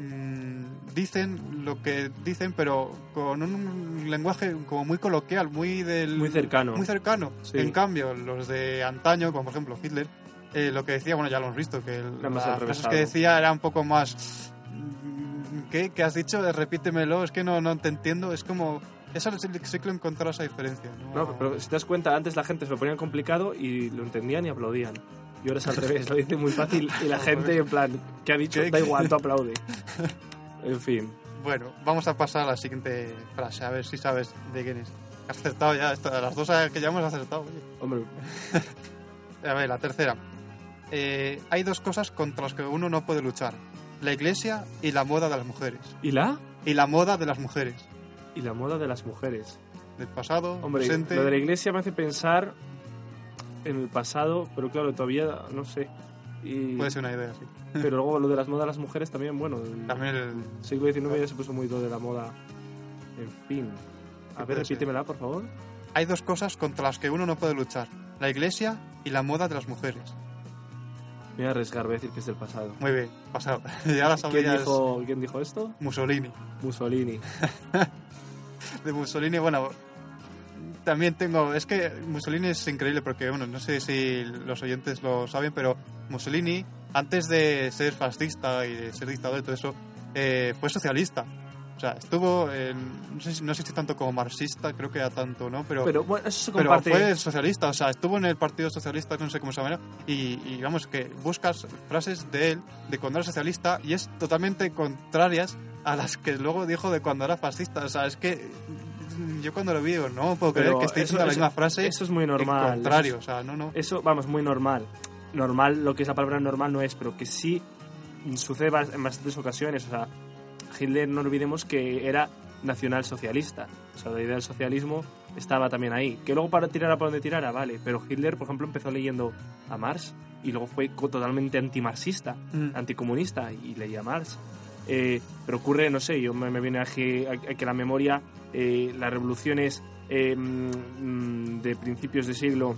[SPEAKER 1] mm, dicen lo que dicen pero con un lenguaje como muy coloquial muy del
[SPEAKER 3] Muy cercano.
[SPEAKER 1] muy cercano.
[SPEAKER 3] Sí.
[SPEAKER 1] En cambio, los de antaño, como por ejemplo Hitler, eh, lo que decía, bueno, ya lo hemos visto, que el-
[SPEAKER 3] Era más
[SPEAKER 1] las cosas
[SPEAKER 3] enrevesado.
[SPEAKER 1] que decía era un poco más... mm, ¿Qué? ¿Qué has dicho? Eh, Repítemelo, es que no, no te entiendo. Es como... Eso sí, sí que lo he encontrado esa diferencia. ¿no?
[SPEAKER 3] No, pero si te das cuenta, antes la gente se lo ponían complicado y lo entendían y aplaudían. Y ahora es al revés, lo dice muy fácil y la gente en plan, ¿qué ha dicho?
[SPEAKER 1] ¿Qué?
[SPEAKER 3] Da igual, tú aplaude. En fin,
[SPEAKER 1] Bueno, vamos a pasar a la siguiente frase, a ver si sabes de quién es. Has acertado ya, esta- las dos que ya hemos acertado. oye.
[SPEAKER 3] hombre,
[SPEAKER 1] A ver, la tercera. Eh, hay dos cosas contra las que uno no puede luchar. La iglesia y la moda de las mujeres.
[SPEAKER 3] ¿y la?
[SPEAKER 1] Y la moda de las mujeres.
[SPEAKER 3] Y la moda de las mujeres.
[SPEAKER 1] del pasado,
[SPEAKER 3] Hombre,
[SPEAKER 1] presente.
[SPEAKER 3] lo de la iglesia me hace pensar en el pasado, pero claro, todavía no sé. Y,
[SPEAKER 1] Puede ser una idea, sí.
[SPEAKER 3] Pero luego lo de las modas de las mujeres también, bueno, en
[SPEAKER 1] También el.
[SPEAKER 3] el siglo XIX ya se puso muy lo de la moda. En fin. A
[SPEAKER 1] Sí,
[SPEAKER 3] ver,
[SPEAKER 1] puede ser.
[SPEAKER 3] repítemela, por favor.
[SPEAKER 1] Hay dos cosas contra las que uno no puede luchar: la iglesia y la moda de las mujeres.
[SPEAKER 3] Me voy a arriesgar, voy a decir que es del pasado.
[SPEAKER 1] Muy bien, pasado. ya la
[SPEAKER 3] ¿Quién
[SPEAKER 1] sabías.
[SPEAKER 3] dijo, ¿Quién dijo esto?
[SPEAKER 1] Mussolini.
[SPEAKER 3] Mussolini.
[SPEAKER 1] De Mussolini, bueno. También tengo. Es que Mussolini es increíble porque, bueno, no sé si los oyentes lo saben, pero Mussolini, antes de ser fascista y de ser dictador y todo eso, eh, fue socialista. O sea, estuvo, en- no, sé, si- no sé si tanto como marxista, creo que era tanto, ¿no? Pero,
[SPEAKER 3] Pero bueno, eso se
[SPEAKER 1] pero
[SPEAKER 3] comparte. ¿eh?
[SPEAKER 1] fue socialista, o sea, estuvo en el Partido Socialista, no sé cómo se llama, y, y vamos, que buscas frases de él de cuando era socialista y es totalmente contrarias a las que luego dijo de cuando era fascista. O sea, es que mm, yo cuando lo vi, digo, no puedo creer
[SPEAKER 3] Pero
[SPEAKER 1] que esté
[SPEAKER 3] eso-
[SPEAKER 1] diciendo la
[SPEAKER 3] eso-
[SPEAKER 1] misma frase.
[SPEAKER 3] eso es muy
[SPEAKER 1] en
[SPEAKER 3] normal.
[SPEAKER 1] contrario, o sea, no, no.
[SPEAKER 3] Eso, vamos, muy normal. Normal, lo que es la palabra normal no es, pero que sí sucede bas- en bastantes ocasiones. O sea, Hitler no olvidemos que era nacionalsocialista. O sea, la idea del socialismo estaba también ahí. Que luego para tirar a por donde tirara, vale. Pero Hitler, por ejemplo, empezó leyendo a Marx y luego fue co- totalmente antimarxista,
[SPEAKER 1] Mm.
[SPEAKER 3] anticomunista y leía a Marx. Eh, pero ocurre, no sé, yo me, me viene a que, a que la memoria, eh, las revoluciones eh, mm, mm, de principios de siglo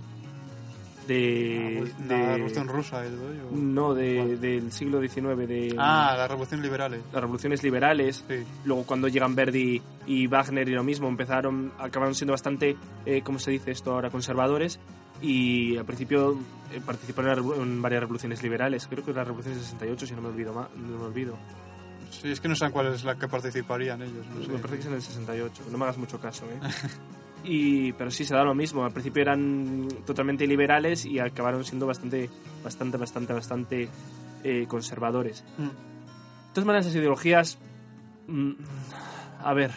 [SPEAKER 3] de,
[SPEAKER 1] la,
[SPEAKER 3] de- Mm,
[SPEAKER 1] revolución rusa, el doy, o-
[SPEAKER 3] no de-
[SPEAKER 1] Bueno.
[SPEAKER 3] del siglo XIX de
[SPEAKER 1] Ah, la revolución liberal, eh.
[SPEAKER 3] las revoluciones liberales
[SPEAKER 1] sí.
[SPEAKER 3] luego cuando llegan Verdi y Wagner y lo mismo empezaron acabaron siendo bastante eh, cómo se dice esto ahora conservadores y al principio eh, participaron en la revo- en varias revoluciones liberales creo que la revolución de 68 si no me olvido ma- no me olvido
[SPEAKER 1] Sí, es que no saben cuál es la que participarían ellos. No sé.
[SPEAKER 3] Pues Me parece que es en el 68, no me hagas mucho caso, ¿eh? Y, pero sí, se da lo mismo. Al principio eran totalmente liberales y acabaron siendo bastante, bastante, bastante, bastante eh, conservadores.
[SPEAKER 1] Mm.
[SPEAKER 3] De todas maneras, las ideologías... mm, a ver...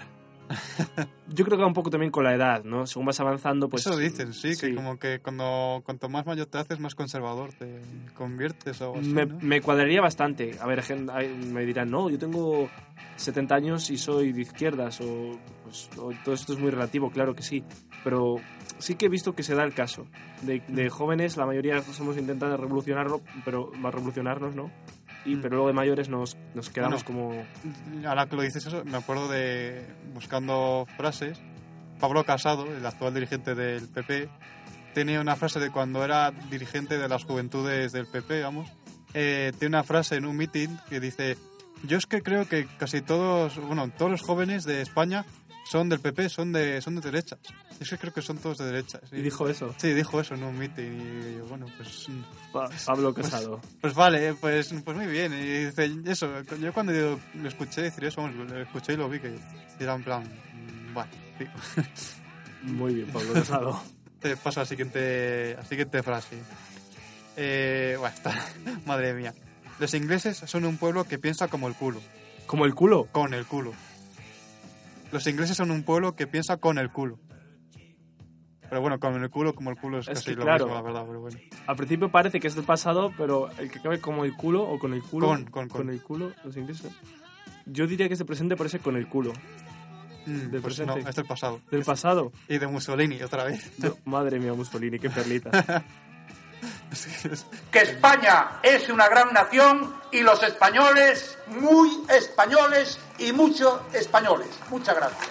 [SPEAKER 3] Yo creo que va un poco también con la edad, ¿no? Según vas avanzando, pues...
[SPEAKER 1] Eso dicen, sí,
[SPEAKER 3] sí.
[SPEAKER 1] que como que cuando cuanto más mayor te haces, más conservador te conviertes o algo así,
[SPEAKER 3] me,
[SPEAKER 1] ¿no?
[SPEAKER 3] me cuadraría bastante. A ver, gen- hay- me dirán, no, yo tengo 70 años y soy de izquierdas, o, pues, o todo esto es muy relativo, claro que sí. Pero sí que he visto que se da el caso. De,
[SPEAKER 1] Mm.
[SPEAKER 3] de jóvenes, la mayoría somos intentando revolucionarlo, pero más revolucionarnos, ¿no? Y,
[SPEAKER 1] Mm.
[SPEAKER 3] Pero luego de mayores nos, nos quedamos como...
[SPEAKER 1] Ahora que lo dices eso, me acuerdo de buscando frases. Pablo Casado, el actual dirigente del PP, tiene una frase de cuando era dirigente de las juventudes del PP, vamos. eh, tiene una frase en un meeting que dice: Yo es que creo que casi todos, bueno, todos los jóvenes de España son del PP, son de, son de derechas. Es que creo que son todos de derechas.
[SPEAKER 3] Y dijo eso,
[SPEAKER 1] Sí, dijo eso en un meeting y yo, bueno, pues,
[SPEAKER 3] Pa- Pablo Casado.
[SPEAKER 1] pues vale, pues, pues muy bien. Y dice eso, yo cuando yo lo escuché decir eso, vamos, lo escuché y lo vi que era en plan, mm, vale, sí.
[SPEAKER 3] Muy bien, Pablo Casado.
[SPEAKER 1] Te paso a la siguiente, a la siguiente frase. Eh, bueno, está, madre mía. Los ingleses son un pueblo que piensa como el culo,
[SPEAKER 3] como el culo.
[SPEAKER 1] con el culo. Los ingleses son un pueblo que piensa con el culo. Pero bueno, con el culo, como el culo es,
[SPEAKER 3] Es
[SPEAKER 1] casi
[SPEAKER 3] que
[SPEAKER 1] lo
[SPEAKER 3] claro.
[SPEAKER 1] mismo, la verdad, pero bueno.
[SPEAKER 3] Al principio parece que es del pasado, pero el que cabe como el culo o con el culo.
[SPEAKER 1] Con, con, con.
[SPEAKER 3] el culo, los ingleses. Yo diría que este presente parece con el culo.
[SPEAKER 1] Mm,
[SPEAKER 3] Del
[SPEAKER 1] pues no,
[SPEAKER 3] presente.
[SPEAKER 1] es el pasado.
[SPEAKER 3] Del pasado.
[SPEAKER 1] Y de Mussolini, otra vez.
[SPEAKER 3] Yo- madre mía, Mussolini, qué perlita.
[SPEAKER 4] que España es una gran nación y los españoles muy españoles y muchos españoles. Muchas gracias.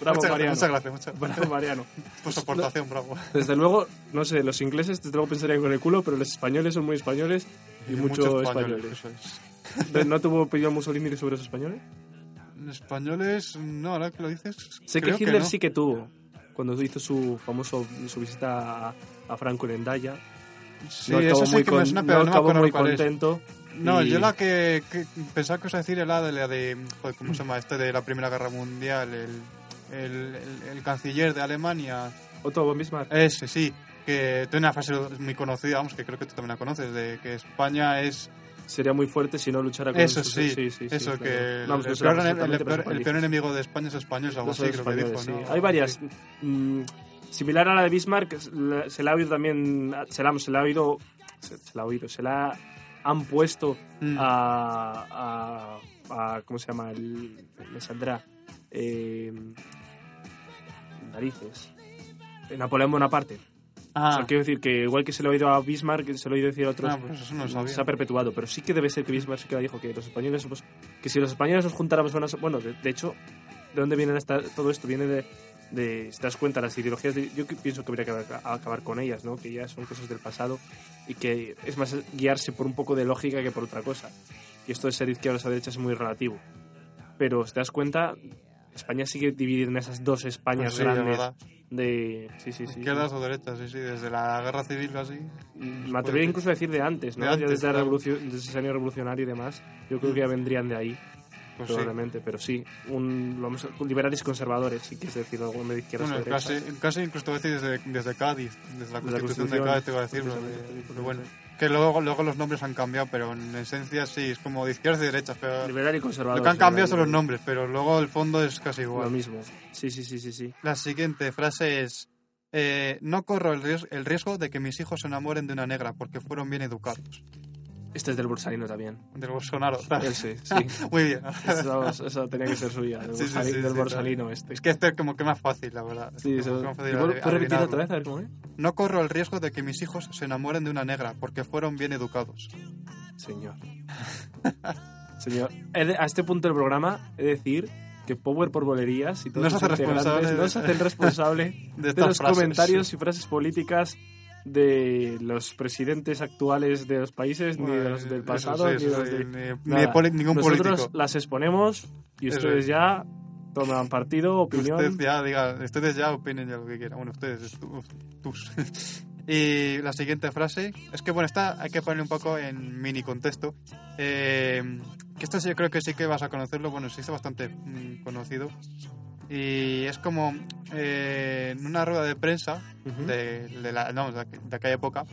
[SPEAKER 3] Bravo,
[SPEAKER 1] muchas,
[SPEAKER 3] Mariano.
[SPEAKER 1] muchas gracias, muchas
[SPEAKER 3] Bravo, Mariano.
[SPEAKER 1] Por su aportación, bravo.
[SPEAKER 3] Desde luego, no sé, los ingleses desde luego pensarían con el culo, pero los españoles son muy españoles y, muchos españoles.
[SPEAKER 1] Eso es.
[SPEAKER 3] ¿No tuvo opinión Mussolini sobre los españoles?
[SPEAKER 1] Españoles, no, ahora que lo dices.
[SPEAKER 3] Sé
[SPEAKER 1] creo
[SPEAKER 3] que Hitler
[SPEAKER 1] no.
[SPEAKER 3] sí que tuvo. Cuando hizo su famoso su visita a, a Franco en Endaya,
[SPEAKER 1] Sí,
[SPEAKER 3] no acabó
[SPEAKER 1] eso sí
[SPEAKER 3] muy
[SPEAKER 1] que
[SPEAKER 3] con-
[SPEAKER 1] me suena, pero no, me
[SPEAKER 3] acabó
[SPEAKER 1] acuerdo
[SPEAKER 3] muy
[SPEAKER 1] cuál es.
[SPEAKER 3] contento.
[SPEAKER 1] No,
[SPEAKER 3] y-
[SPEAKER 1] yo la que, que pensaba que os iba a decir era la de la de. Joder, ¿cómo se llama? Este de la Primera Guerra Mundial, el, el, el- el canciller de Alemania.
[SPEAKER 3] Otto von Bismarck.
[SPEAKER 1] Ese, sí. Que tiene una frase muy conocida, vamos, que creo que tú también la conoces, de que España es
[SPEAKER 3] sería muy fuerte si no luchara con
[SPEAKER 1] Eso
[SPEAKER 3] sus-
[SPEAKER 1] sí,
[SPEAKER 3] sí,
[SPEAKER 1] eso
[SPEAKER 3] claro.
[SPEAKER 1] que el-
[SPEAKER 3] Vamos,
[SPEAKER 1] el,
[SPEAKER 3] lo sabemos
[SPEAKER 1] peor, el
[SPEAKER 3] perfectamente,
[SPEAKER 1] peor-
[SPEAKER 3] pero son
[SPEAKER 1] el peor enemigo de España es español, algo
[SPEAKER 3] los
[SPEAKER 1] así, creo que dijo,
[SPEAKER 3] españoles, sí.
[SPEAKER 1] ¿no?
[SPEAKER 3] Hay varias.
[SPEAKER 1] Sí.
[SPEAKER 3] mm, similar a la de Bismarck, se la- se la ha oído también. Se la, se la ha oído. Se, se la ha oído. Se la han puesto
[SPEAKER 1] Mm.
[SPEAKER 3] a, a, a- ¿Cómo se llama? El- me saldrá. eh, narices. Napoleón Bonaparte. O
[SPEAKER 1] Ah,
[SPEAKER 3] sea, quiero decir que igual que se lo ha oído a Bismarck, se lo ha oído decir a otros.
[SPEAKER 1] Ah, pues eso no lo sabía.
[SPEAKER 3] se ha perpetuado, pero sí que debe ser que Bismarck sí que la dijo que los españoles somos- que si los españoles nos juntáramos van a ser- bueno, de, de hecho, ¿de dónde viene esta- todo esto? Viene de, de, si te das cuenta, las ideologías, de- yo que- pienso que habría que acabar, acabar con ellas, ¿no? Que ya son cosas del pasado y que es más guiarse por un poco de lógica que por otra cosa. Y esto de ser izquierdas o derechas es muy relativo. Pero si te das cuenta, España sigue dividida en esas dos Españas
[SPEAKER 1] pues sí, la
[SPEAKER 3] grandes
[SPEAKER 1] verdad.
[SPEAKER 3] de... Sí, sí, sí.
[SPEAKER 1] Izquierdas o derechas, sí, sí, desde la guerra civil o así.
[SPEAKER 3] Me atrevería incluso a decir de antes, ¿no?
[SPEAKER 1] De
[SPEAKER 3] Ya
[SPEAKER 1] antes,
[SPEAKER 3] desde, la
[SPEAKER 1] claro.
[SPEAKER 3] revolución, desde ese año revolucionario y demás. Yo creo que ya vendrían de ahí,
[SPEAKER 1] Pues sí.
[SPEAKER 3] probablemente. Pero sí, un, vamos a- liberales y conservadores, si quieres decir algo de izquierda
[SPEAKER 1] Bueno, casi, casi incluso te voy a decir desde, desde Cádiz, desde la
[SPEAKER 3] Desde la
[SPEAKER 1] Constitución de
[SPEAKER 3] Constitución,
[SPEAKER 1] Cádiz te iba a decir,
[SPEAKER 3] precisamente,
[SPEAKER 1] porque-
[SPEAKER 3] sí,
[SPEAKER 1] pero bueno, que luego, luego los nombres han cambiado, pero en esencia sí, es como de izquierdas y derechas, pero
[SPEAKER 3] Liberal y
[SPEAKER 1] lo
[SPEAKER 3] conservador.
[SPEAKER 1] que han cambiado son los
[SPEAKER 3] seguramente.
[SPEAKER 1] nombres, pero luego el fondo es casi igual.
[SPEAKER 3] Lo mismo. Sí, sí, sí, sí, sí.
[SPEAKER 1] La siguiente frase es, eh, no corro el ries- el riesgo de que mis hijos se enamoren de una negra porque fueron bien educados.
[SPEAKER 3] Este es del Bursalino también.
[SPEAKER 1] Del Bolsonaro.
[SPEAKER 3] Él sí, sí.
[SPEAKER 1] Muy bien.
[SPEAKER 3] Eso, eso tenía que ser suya, del,
[SPEAKER 1] Sí, sí,
[SPEAKER 3] Bursali-
[SPEAKER 1] sí,
[SPEAKER 3] del
[SPEAKER 1] sí,
[SPEAKER 3] Borsalino este.
[SPEAKER 1] Es que eh, este es como que más fácil, la verdad. Es
[SPEAKER 3] Sí,
[SPEAKER 1] como
[SPEAKER 3] eso.
[SPEAKER 1] que más fácil
[SPEAKER 3] Igual,
[SPEAKER 1] adiv-
[SPEAKER 3] ¿puedes repetirlo
[SPEAKER 1] adivinarlo.
[SPEAKER 3] otra vez? A ver cómo es.
[SPEAKER 1] No corro el riesgo de que mis hijos se enamoren de una negra porque fueron bien educados.
[SPEAKER 3] Señor. Señor. he de- A este punto del programa he de decir que Power por bolerías y todos
[SPEAKER 1] No se
[SPEAKER 3] sus
[SPEAKER 1] hace responsable
[SPEAKER 3] integrantes
[SPEAKER 1] de-
[SPEAKER 3] no se hacen responsable
[SPEAKER 1] De
[SPEAKER 3] de,
[SPEAKER 1] estas
[SPEAKER 3] los
[SPEAKER 1] frases.
[SPEAKER 3] comentarios y frases políticas de los presidentes actuales de los países, ni de los
[SPEAKER 1] Bueno,
[SPEAKER 3] del
[SPEAKER 1] eso sí,
[SPEAKER 3] pasado, ni
[SPEAKER 1] eso
[SPEAKER 3] de los
[SPEAKER 1] sí,
[SPEAKER 3] de-
[SPEAKER 1] ni- ni
[SPEAKER 3] nada.
[SPEAKER 1] poli- ningún
[SPEAKER 3] Nosotros
[SPEAKER 1] político.
[SPEAKER 3] las exponemos y
[SPEAKER 1] Eso
[SPEAKER 3] ustedes
[SPEAKER 1] es.
[SPEAKER 3] ya toman partido,
[SPEAKER 1] Que
[SPEAKER 3] opinión.
[SPEAKER 1] Ustedes ya, digan, ustedes ya opinen ya lo que quieran. Bueno, ustedes, tú- tus. y la siguiente frase es que, bueno, esta hay que poner un poco en mini contexto. Eh, que esto sí, yo creo que sí que vas a conocerlo. Bueno, se hizo bastante mm, conocido. Y es como eh, en una rueda de prensa
[SPEAKER 3] Ujú.
[SPEAKER 1] de, de la, no, de, aqu- de aquella época,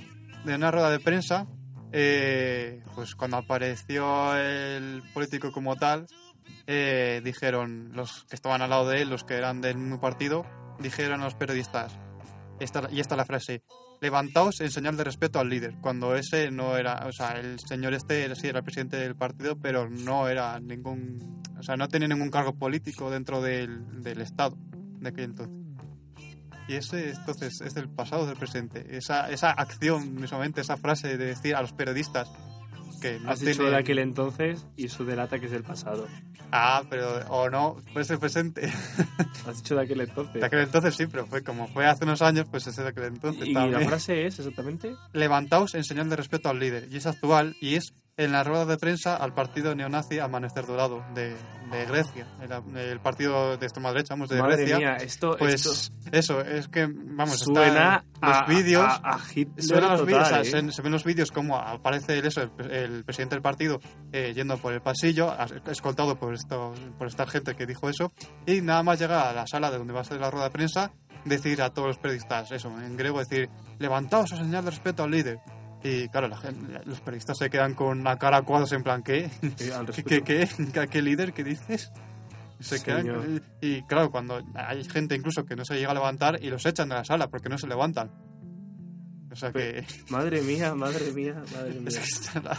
[SPEAKER 1] de una rueda de prensa, eh, pues cuando apareció el político como tal, eh, dijeron los que estaban al lado de él, los que eran del mismo partido, dijeron a los periodistas, esta, y esta es la frase, levantaos en señal de respeto al líder, cuando ese no era, o sea, el señor este era- sí era el presidente del partido, pero no era ningún, o sea, no tenía ningún cargo político dentro del, del Estado de aquel entonces. Y ese entonces es del pasado del presente. Esa, esa acción, mismamente, esa frase de decir a los periodistas que no
[SPEAKER 3] Has dicho
[SPEAKER 1] tienen-
[SPEAKER 3] de aquel entonces y eso delata que es del pasado.
[SPEAKER 1] Ah, pero o no, pues el presente.
[SPEAKER 3] Has dicho de aquel entonces.
[SPEAKER 1] De aquel entonces sí, pero fue como fue hace unos años, pues ese de aquel entonces
[SPEAKER 3] Y la
[SPEAKER 1] también.
[SPEAKER 3] frase es exactamente.
[SPEAKER 1] Levantaos en señal de respeto al líder. Y es actual y es en la rueda de prensa al partido neonazi Amanecer Dorado de, de Grecia. El, el partido de extrema derecha, vamos, de
[SPEAKER 3] Madre
[SPEAKER 1] Grecia.
[SPEAKER 3] mía, esto,
[SPEAKER 1] pues
[SPEAKER 3] esto
[SPEAKER 1] eso, es que, vamos,
[SPEAKER 3] suena
[SPEAKER 1] está,
[SPEAKER 3] a,
[SPEAKER 1] los vídeos...
[SPEAKER 3] a, a Hitler
[SPEAKER 1] Suena los
[SPEAKER 3] total,
[SPEAKER 1] vídeos, o sea,
[SPEAKER 3] ¿eh?
[SPEAKER 1] se, se ven los vídeos como aparece el, eso, el, pre- el presidente del partido eh, yendo por el pasillo, as- escoltado por, esto, por esta gente que dijo eso, y nada más llega a la sala de donde va a ser la rueda de prensa, decir a todos los periodistas, eso, en griego decir, levantaos a señal de respeto al líder. Y claro, la gen- la- los periodistas se quedan con la cara a cuadros en plan, ¿qué?
[SPEAKER 3] Eh, al
[SPEAKER 1] ¿Qué,
[SPEAKER 3] respecto.
[SPEAKER 1] qué, qué, ¿A qué líder? ¿Qué dices? Se quedan-
[SPEAKER 3] Señor.
[SPEAKER 1] y claro, cuando hay gente incluso que no se llega a levantar y los echan de la sala porque no se levantan. O sea que...
[SPEAKER 3] Madre mía, madre mía, madre
[SPEAKER 1] Es
[SPEAKER 3] mía.
[SPEAKER 1] que está la,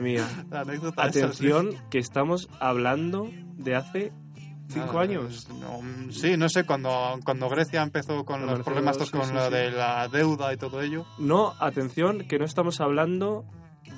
[SPEAKER 3] mía.
[SPEAKER 1] la anécdota esa,
[SPEAKER 3] Atención, que estamos hablando de hace
[SPEAKER 1] sí.
[SPEAKER 3] cinco
[SPEAKER 1] No,
[SPEAKER 3] años.
[SPEAKER 1] es- no, mm, sí, no sé, cuando, cuando Grecia empezó con
[SPEAKER 3] Cuando
[SPEAKER 1] los
[SPEAKER 3] empezó,
[SPEAKER 1] problemas estos
[SPEAKER 3] sí,
[SPEAKER 1] con
[SPEAKER 3] sí,
[SPEAKER 1] lo
[SPEAKER 3] sí.
[SPEAKER 1] de la deuda y todo ello.
[SPEAKER 3] No, atención, que no estamos hablando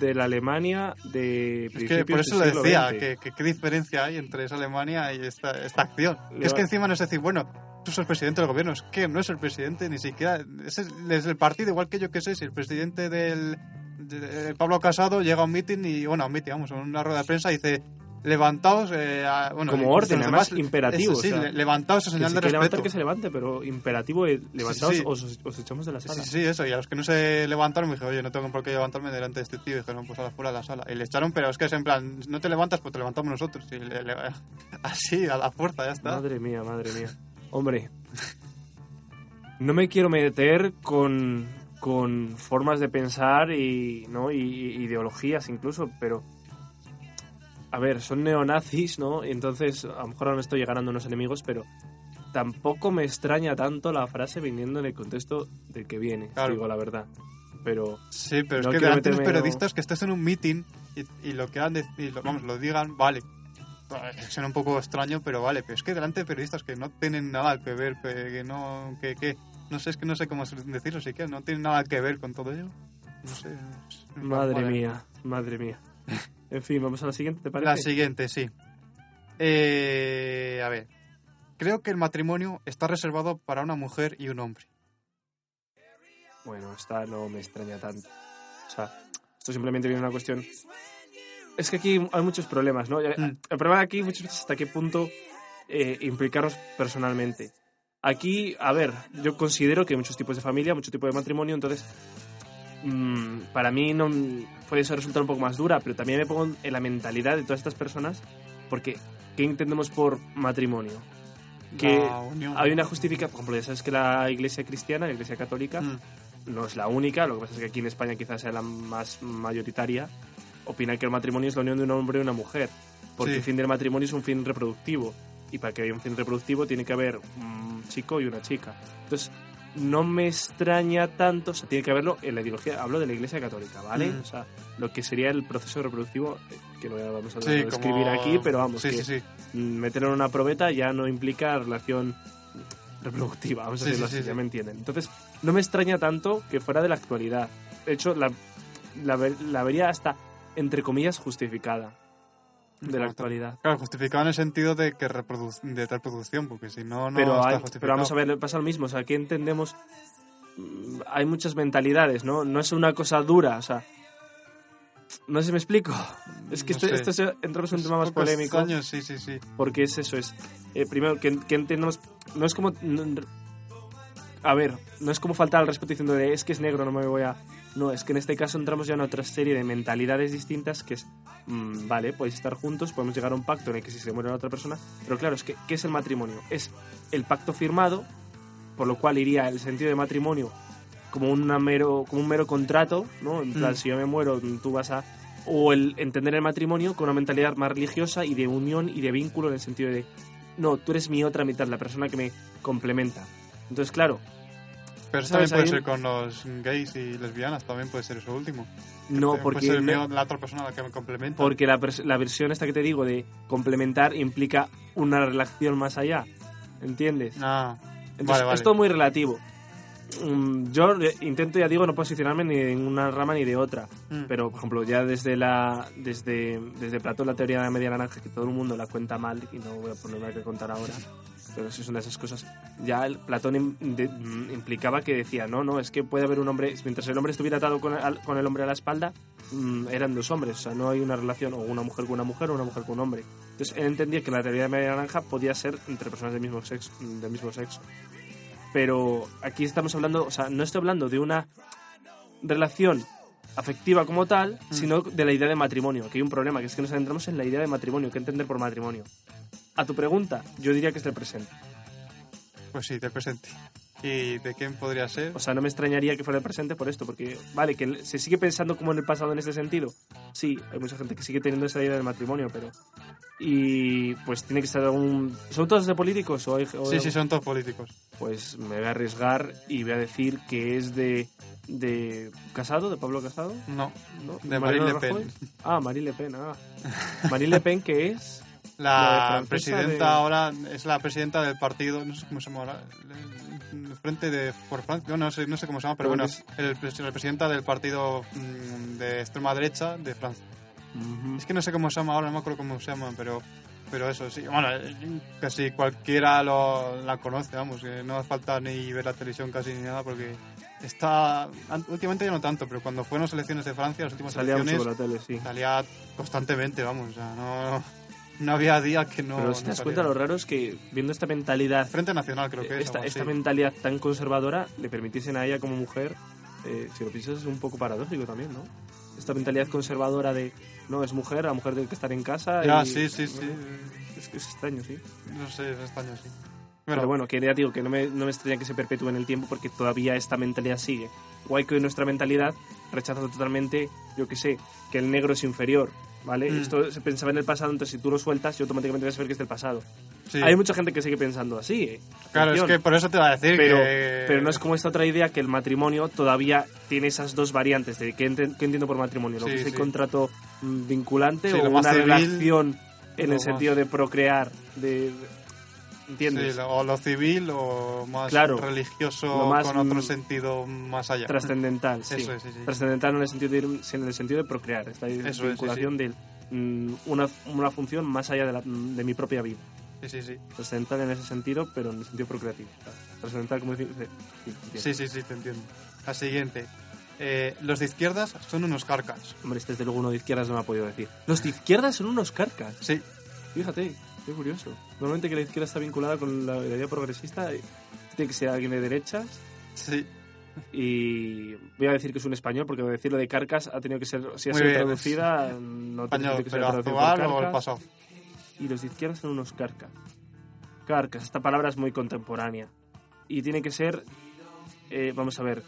[SPEAKER 3] de la Alemania de
[SPEAKER 1] Es que
[SPEAKER 3] principios
[SPEAKER 1] por eso
[SPEAKER 3] del
[SPEAKER 1] lo
[SPEAKER 3] siglo
[SPEAKER 1] decía,
[SPEAKER 3] XX.
[SPEAKER 1] que, que qué diferencia hay entre esa Alemania y esta, esta acción. Que es
[SPEAKER 3] va-
[SPEAKER 1] que encima no es decir, bueno, tú sos el presidente del gobierno, es que no es el presidente ni siquiera, es el, es el partido, igual que yo que sé, si el presidente del de- de Pablo Casado llega a un mitin y, bueno, a un mitin, vamos, a una rueda de prensa y dice... Levantaos, eh, a- bueno,
[SPEAKER 3] Como
[SPEAKER 1] y-
[SPEAKER 3] orden,
[SPEAKER 1] los
[SPEAKER 3] además,
[SPEAKER 1] demás-
[SPEAKER 3] imperativo,
[SPEAKER 1] eso sí,
[SPEAKER 3] o sea,
[SPEAKER 1] le- levantaos a
[SPEAKER 3] Que
[SPEAKER 1] señal
[SPEAKER 3] si
[SPEAKER 1] de
[SPEAKER 3] quiere levantar
[SPEAKER 1] respeto.
[SPEAKER 3] que se levante, pero imperativo es levantaos
[SPEAKER 1] sí.
[SPEAKER 3] Os, os echamos de la sala.
[SPEAKER 1] Sí, sí, eso. Y a los que no se levantaron me dije, oye, no tengo por qué levantarme delante de este tío. Y dijeron, pues ahora fuera de la sala. Y le echaron, pero es que es en plan, no te levantas, pues te levantamos nosotros. Y le- le- así, a la fuerza, ya está.
[SPEAKER 3] Madre mía, madre mía. Hombre, no me quiero meter con, con formas de pensar y, ¿no? y, y ideologías incluso, pero... A ver, son neonazis, ¿no? Y Entonces, a lo mejor ahora me estoy ganando unos enemigos, pero tampoco me extraña tanto la frase viniendo en el contexto del que viene,
[SPEAKER 1] Claro.
[SPEAKER 3] digo la verdad. Pero
[SPEAKER 1] Sí, pero
[SPEAKER 3] No
[SPEAKER 1] es que delante
[SPEAKER 3] quiero
[SPEAKER 1] de los
[SPEAKER 3] meterme, no.
[SPEAKER 1] periodistas que estés en un meeting y, y lo que han de- y lo, vamos, lo digan, vale. Pues, Suena un poco extraño, pero vale. Pero es que delante de periodistas que no tienen nada que ver, que, que no, que, que- no sé, es que no sé cómo decirlo siquiera, no tienen nada que ver con todo ello. No sé. es-
[SPEAKER 3] Madre
[SPEAKER 1] ¿eh?
[SPEAKER 3] mía, madre mía. En fin, vamos a la siguiente, ¿te parece?
[SPEAKER 1] La siguiente, sí. Eh, a ver. Creo que el matrimonio está reservado para una mujer y un hombre.
[SPEAKER 3] Bueno, esta no me extraña tanto. O sea, esto simplemente viene de una cuestión. Es que aquí hay muchos problemas, ¿no? El problema aquí muchas veces es hasta qué punto eh, implicarnos personalmente. Aquí, a ver, yo considero que hay muchos tipos de familia, muchos tipos de matrimonio, entonces mm, para mí no puede ser resultar un poco más dura, pero también me pongo en la mentalidad de todas estas personas, porque ¿qué entendemos por matrimonio? Que
[SPEAKER 1] La unión.
[SPEAKER 3] hay una justificación, por ejemplo, ya sabes que la iglesia cristiana, la iglesia católica,
[SPEAKER 1] Mm.
[SPEAKER 3] no es la única, lo que pasa es que aquí en España quizás sea la más mayoritaria, opina que el matrimonio es la unión de un hombre y una mujer, porque
[SPEAKER 1] Sí.
[SPEAKER 3] el fin del matrimonio es un fin reproductivo, y para que haya un fin reproductivo tiene que haber un chico y una chica. Entonces, no me extraña tanto, o sea, tiene que haberlo en la ideología, hablo de la Iglesia Católica, ¿vale?
[SPEAKER 1] Mm.
[SPEAKER 3] O sea, lo que sería el proceso reproductivo, eh, que lo vamos a
[SPEAKER 1] Sí,
[SPEAKER 3] describir
[SPEAKER 1] como-
[SPEAKER 3] aquí, pero vamos,
[SPEAKER 1] Sí,
[SPEAKER 3] que
[SPEAKER 1] sí, sí.
[SPEAKER 3] meterlo en una probeta ya no implica relación reproductiva, vamos a
[SPEAKER 1] Sí,
[SPEAKER 3] decirlo
[SPEAKER 1] sí,
[SPEAKER 3] así,
[SPEAKER 1] sí,
[SPEAKER 3] ya
[SPEAKER 1] sí.
[SPEAKER 3] me entienden. Entonces, no me extraña tanto que fuera de la actualidad. De hecho, la, la, ver- la vería hasta, entre comillas, justificada de la
[SPEAKER 1] Claro,
[SPEAKER 3] actualidad.
[SPEAKER 1] Claro, justificado en el sentido de que reprodu- de reproducción, porque si no, no
[SPEAKER 3] pero,
[SPEAKER 1] está
[SPEAKER 3] hay-
[SPEAKER 1] justificado.
[SPEAKER 3] pero vamos a ver, pasa lo mismo. O sea, aquí entendemos. mm, Hay muchas mentalidades, ¿no? No es una cosa dura, o sea. No sé si me explico. Es que
[SPEAKER 1] No
[SPEAKER 3] este-
[SPEAKER 1] sé.
[SPEAKER 3] esto se- entramos en un tema más
[SPEAKER 1] Pues Pocos
[SPEAKER 3] polémico.
[SPEAKER 1] años, sí, sí, sí.
[SPEAKER 3] Porque es eso, es. eh, primero, que, que entendamos. No es como. no- a ver, no es como faltar al respeto diciendo de, es que es negro, no me voy a. No, es que en este caso entramos ya en otra serie de mentalidades distintas que es. mm, vale, podéis estar juntos, podemos llegar a un pacto en el que si se muere la otra persona. Pero claro, es que ¿qué es el matrimonio? Es el pacto firmado, por lo cual iría el sentido de matrimonio como, una mero, como un mero contrato, ¿no? En plan,
[SPEAKER 1] Mm.
[SPEAKER 3] si yo me muero, tú vas a o el entender el matrimonio con una mentalidad más religiosa y de unión y de vínculo en el sentido de, no, tú eres mi otra mitad, la persona que me complementa. Entonces, claro,
[SPEAKER 1] Pero eso
[SPEAKER 3] ¿Sabes?
[SPEAKER 1] también puede
[SPEAKER 3] Hay un-
[SPEAKER 1] ser con los gays y lesbianas, también puede ser eso último.
[SPEAKER 3] no,
[SPEAKER 1] También
[SPEAKER 3] porque,
[SPEAKER 1] Puede ser
[SPEAKER 3] ne-
[SPEAKER 1] mío la otra persona a la que me complementa.
[SPEAKER 3] porque la, pers- la versión esta que te digo de complementar implica una relación más allá, ¿entiendes?
[SPEAKER 1] Ah,
[SPEAKER 3] Entonces,
[SPEAKER 1] vale, vale.
[SPEAKER 3] es todo muy relativo. Mm, Yo eh, intento, ya digo, no posicionarme ni de una rama ni de otra.
[SPEAKER 1] Mm.
[SPEAKER 3] Pero, por ejemplo, ya desde la desde, desde Platón la teoría de la media naranja, que todo el mundo la cuenta mal y no voy a ponerme a contar ahora, pero eso es una de esas cosas. Ya el Platón im- de- mm, implicaba que decía, no, no, es que puede haber un hombre, mientras el hombre estuviera atado con, al- con el hombre a la espalda, mm, eran dos hombres, o sea, no hay una relación o una mujer con una mujer o una mujer con un hombre. Entonces él entendía que la teoría de la media naranja podía ser entre personas del mismo sexo. Del mismo sexo. Pero aquí estamos hablando, o sea, no estoy hablando de una relación afectiva como tal,
[SPEAKER 1] Mm.
[SPEAKER 3] sino de la idea de matrimonio. Aquí hay un problema, que es que nos adentramos en la idea de matrimonio, que entender por matrimonio. A tu pregunta, yo diría que es el presente.
[SPEAKER 1] Pues sí, del presente. ¿Y de quién podría ser?
[SPEAKER 3] O sea, no me extrañaría que fuera el presente por esto, porque, vale, que el- se sigue pensando como en el pasado en este sentido. Sí, hay mucha gente que sigue teniendo esa idea del matrimonio, pero... Y pues tiene que ser algún... ¿Son todos de políticos? O hay- o
[SPEAKER 1] sí, sí, son todos políticos.
[SPEAKER 3] Pues me voy a arriesgar y voy a decir que es de... de Casado, de Pablo Casado.
[SPEAKER 1] No,
[SPEAKER 3] ¿no?
[SPEAKER 1] De Marine
[SPEAKER 3] Mariano
[SPEAKER 1] Le Pen.
[SPEAKER 3] Rajoy. Ah, Marine Le Pen, ah. Marine Le Pen, que es? La
[SPEAKER 1] La
[SPEAKER 3] francesa
[SPEAKER 1] presidenta
[SPEAKER 3] de-
[SPEAKER 1] ahora es la presidenta del partido, no sé cómo se llama ahora, el- el Frente de por Francia, no, no sé, no sé cómo se llama, pero
[SPEAKER 3] Creo
[SPEAKER 1] bueno,
[SPEAKER 3] que es-
[SPEAKER 1] el, pres- la presidenta del partido mm, de extrema derecha de Francia. Es que no sé cómo se llama ahora, no me acuerdo cómo se llama, pero, pero eso sí, bueno, eh, casi cualquiera lo, la conoce, vamos, que no hace falta ni ver la televisión casi ni nada porque está, an- últimamente ya no tanto, pero cuando fueron las elecciones de Francia, las últimas
[SPEAKER 3] Salía mucho
[SPEAKER 1] elecciones, Ah,
[SPEAKER 3] por la tele, sí.
[SPEAKER 1] salía constantemente, vamos, o sea, no, no había día que no.
[SPEAKER 3] Pero si
[SPEAKER 1] no
[SPEAKER 3] te das
[SPEAKER 1] saliera.
[SPEAKER 3] cuenta, lo raro es que viendo esta mentalidad,
[SPEAKER 1] Frente Nacional creo que es.
[SPEAKER 3] esta,
[SPEAKER 1] algo así.
[SPEAKER 3] esta mentalidad tan conservadora, le permitiesen a ella como mujer, eh, si lo piensas, es un poco paradójico también, ¿no? Esta mentalidad conservadora de, no, es mujer, la mujer tiene que estar en casa.
[SPEAKER 1] Ya,
[SPEAKER 3] y-
[SPEAKER 1] sí, sí, sí.
[SPEAKER 3] Es que es extraño, sí.
[SPEAKER 1] No sé, en España sí.
[SPEAKER 3] Pero bueno, que ya digo que no me, no me extraña que se perpetúe en el tiempo porque todavía esta mentalidad sigue. Igual que hoy nuestra mentalidad rechaza totalmente, yo que sé, que el negro es inferior, ¿vale?
[SPEAKER 1] Mm.
[SPEAKER 3] Esto se pensaba en el pasado, entonces si tú lo sueltas, yo automáticamente voy a saber que es del pasado.
[SPEAKER 1] sí.
[SPEAKER 3] Hay mucha gente que sigue pensando así, ¿eh?
[SPEAKER 1] Claro, es
[SPEAKER 3] Atención.
[SPEAKER 1] que por eso te va a decir
[SPEAKER 3] Pero,
[SPEAKER 1] que...
[SPEAKER 3] pero no es como esta otra idea que el matrimonio todavía tiene esas dos variantes de qué, enten- qué entiendo por matrimonio, lo
[SPEAKER 1] Sí,
[SPEAKER 3] que es el
[SPEAKER 1] sí.
[SPEAKER 3] contrato mm, vinculante
[SPEAKER 1] Sí,
[SPEAKER 3] o
[SPEAKER 1] lo más
[SPEAKER 3] una
[SPEAKER 1] civil,
[SPEAKER 3] relación en
[SPEAKER 1] lo
[SPEAKER 3] el
[SPEAKER 1] más-
[SPEAKER 3] sentido de procrear, de... ¿Entiendes?
[SPEAKER 1] Sí, lo- o lo civil o más
[SPEAKER 3] Claro. Lo
[SPEAKER 1] religioso
[SPEAKER 3] más,
[SPEAKER 1] con otro
[SPEAKER 3] mm,
[SPEAKER 1] sentido más allá.
[SPEAKER 3] Trascendental, sí.
[SPEAKER 1] Eso es, sí, sí.
[SPEAKER 3] Trascendental en el sentido de, ir- en el sentido de procrear, esta
[SPEAKER 1] es, sí,
[SPEAKER 3] vinculación de mm, una, una función más allá de, la- de mi propia vida.
[SPEAKER 1] Sí, sí, sí.
[SPEAKER 3] Trascendental en ese sentido, pero en el sentido procreativo. Trascendental, como decir... sí, sí,
[SPEAKER 1] Sí, sí, sí, te entiendo. La siguiente. Eh, los de izquierdas son unos carcas.
[SPEAKER 3] Hombre, este desde luego uno de izquierdas no me ha podido decir. Los de izquierdas son unos carcas.
[SPEAKER 1] Sí,
[SPEAKER 3] Fíjate, qué curioso. Normalmente que la izquierda está vinculada con la, la idea progresista. y tiene que ser alguien de derechas.
[SPEAKER 1] Sí.
[SPEAKER 3] Y voy a decir que es un español, porque decir lo de Carcas ha tenido que ser, si ha
[SPEAKER 1] Muy
[SPEAKER 3] sido
[SPEAKER 1] bien.
[SPEAKER 3] traducida, no tiene
[SPEAKER 1] Español,
[SPEAKER 3] sentido que ser
[SPEAKER 1] pero
[SPEAKER 3] traducida por
[SPEAKER 1] actual o el
[SPEAKER 3] Carcas.
[SPEAKER 1] pasado.
[SPEAKER 3] Y los de izquierda son unos carcas. Carcas, esta palabra es muy contemporánea. Y tiene que ser, eh, vamos a ver,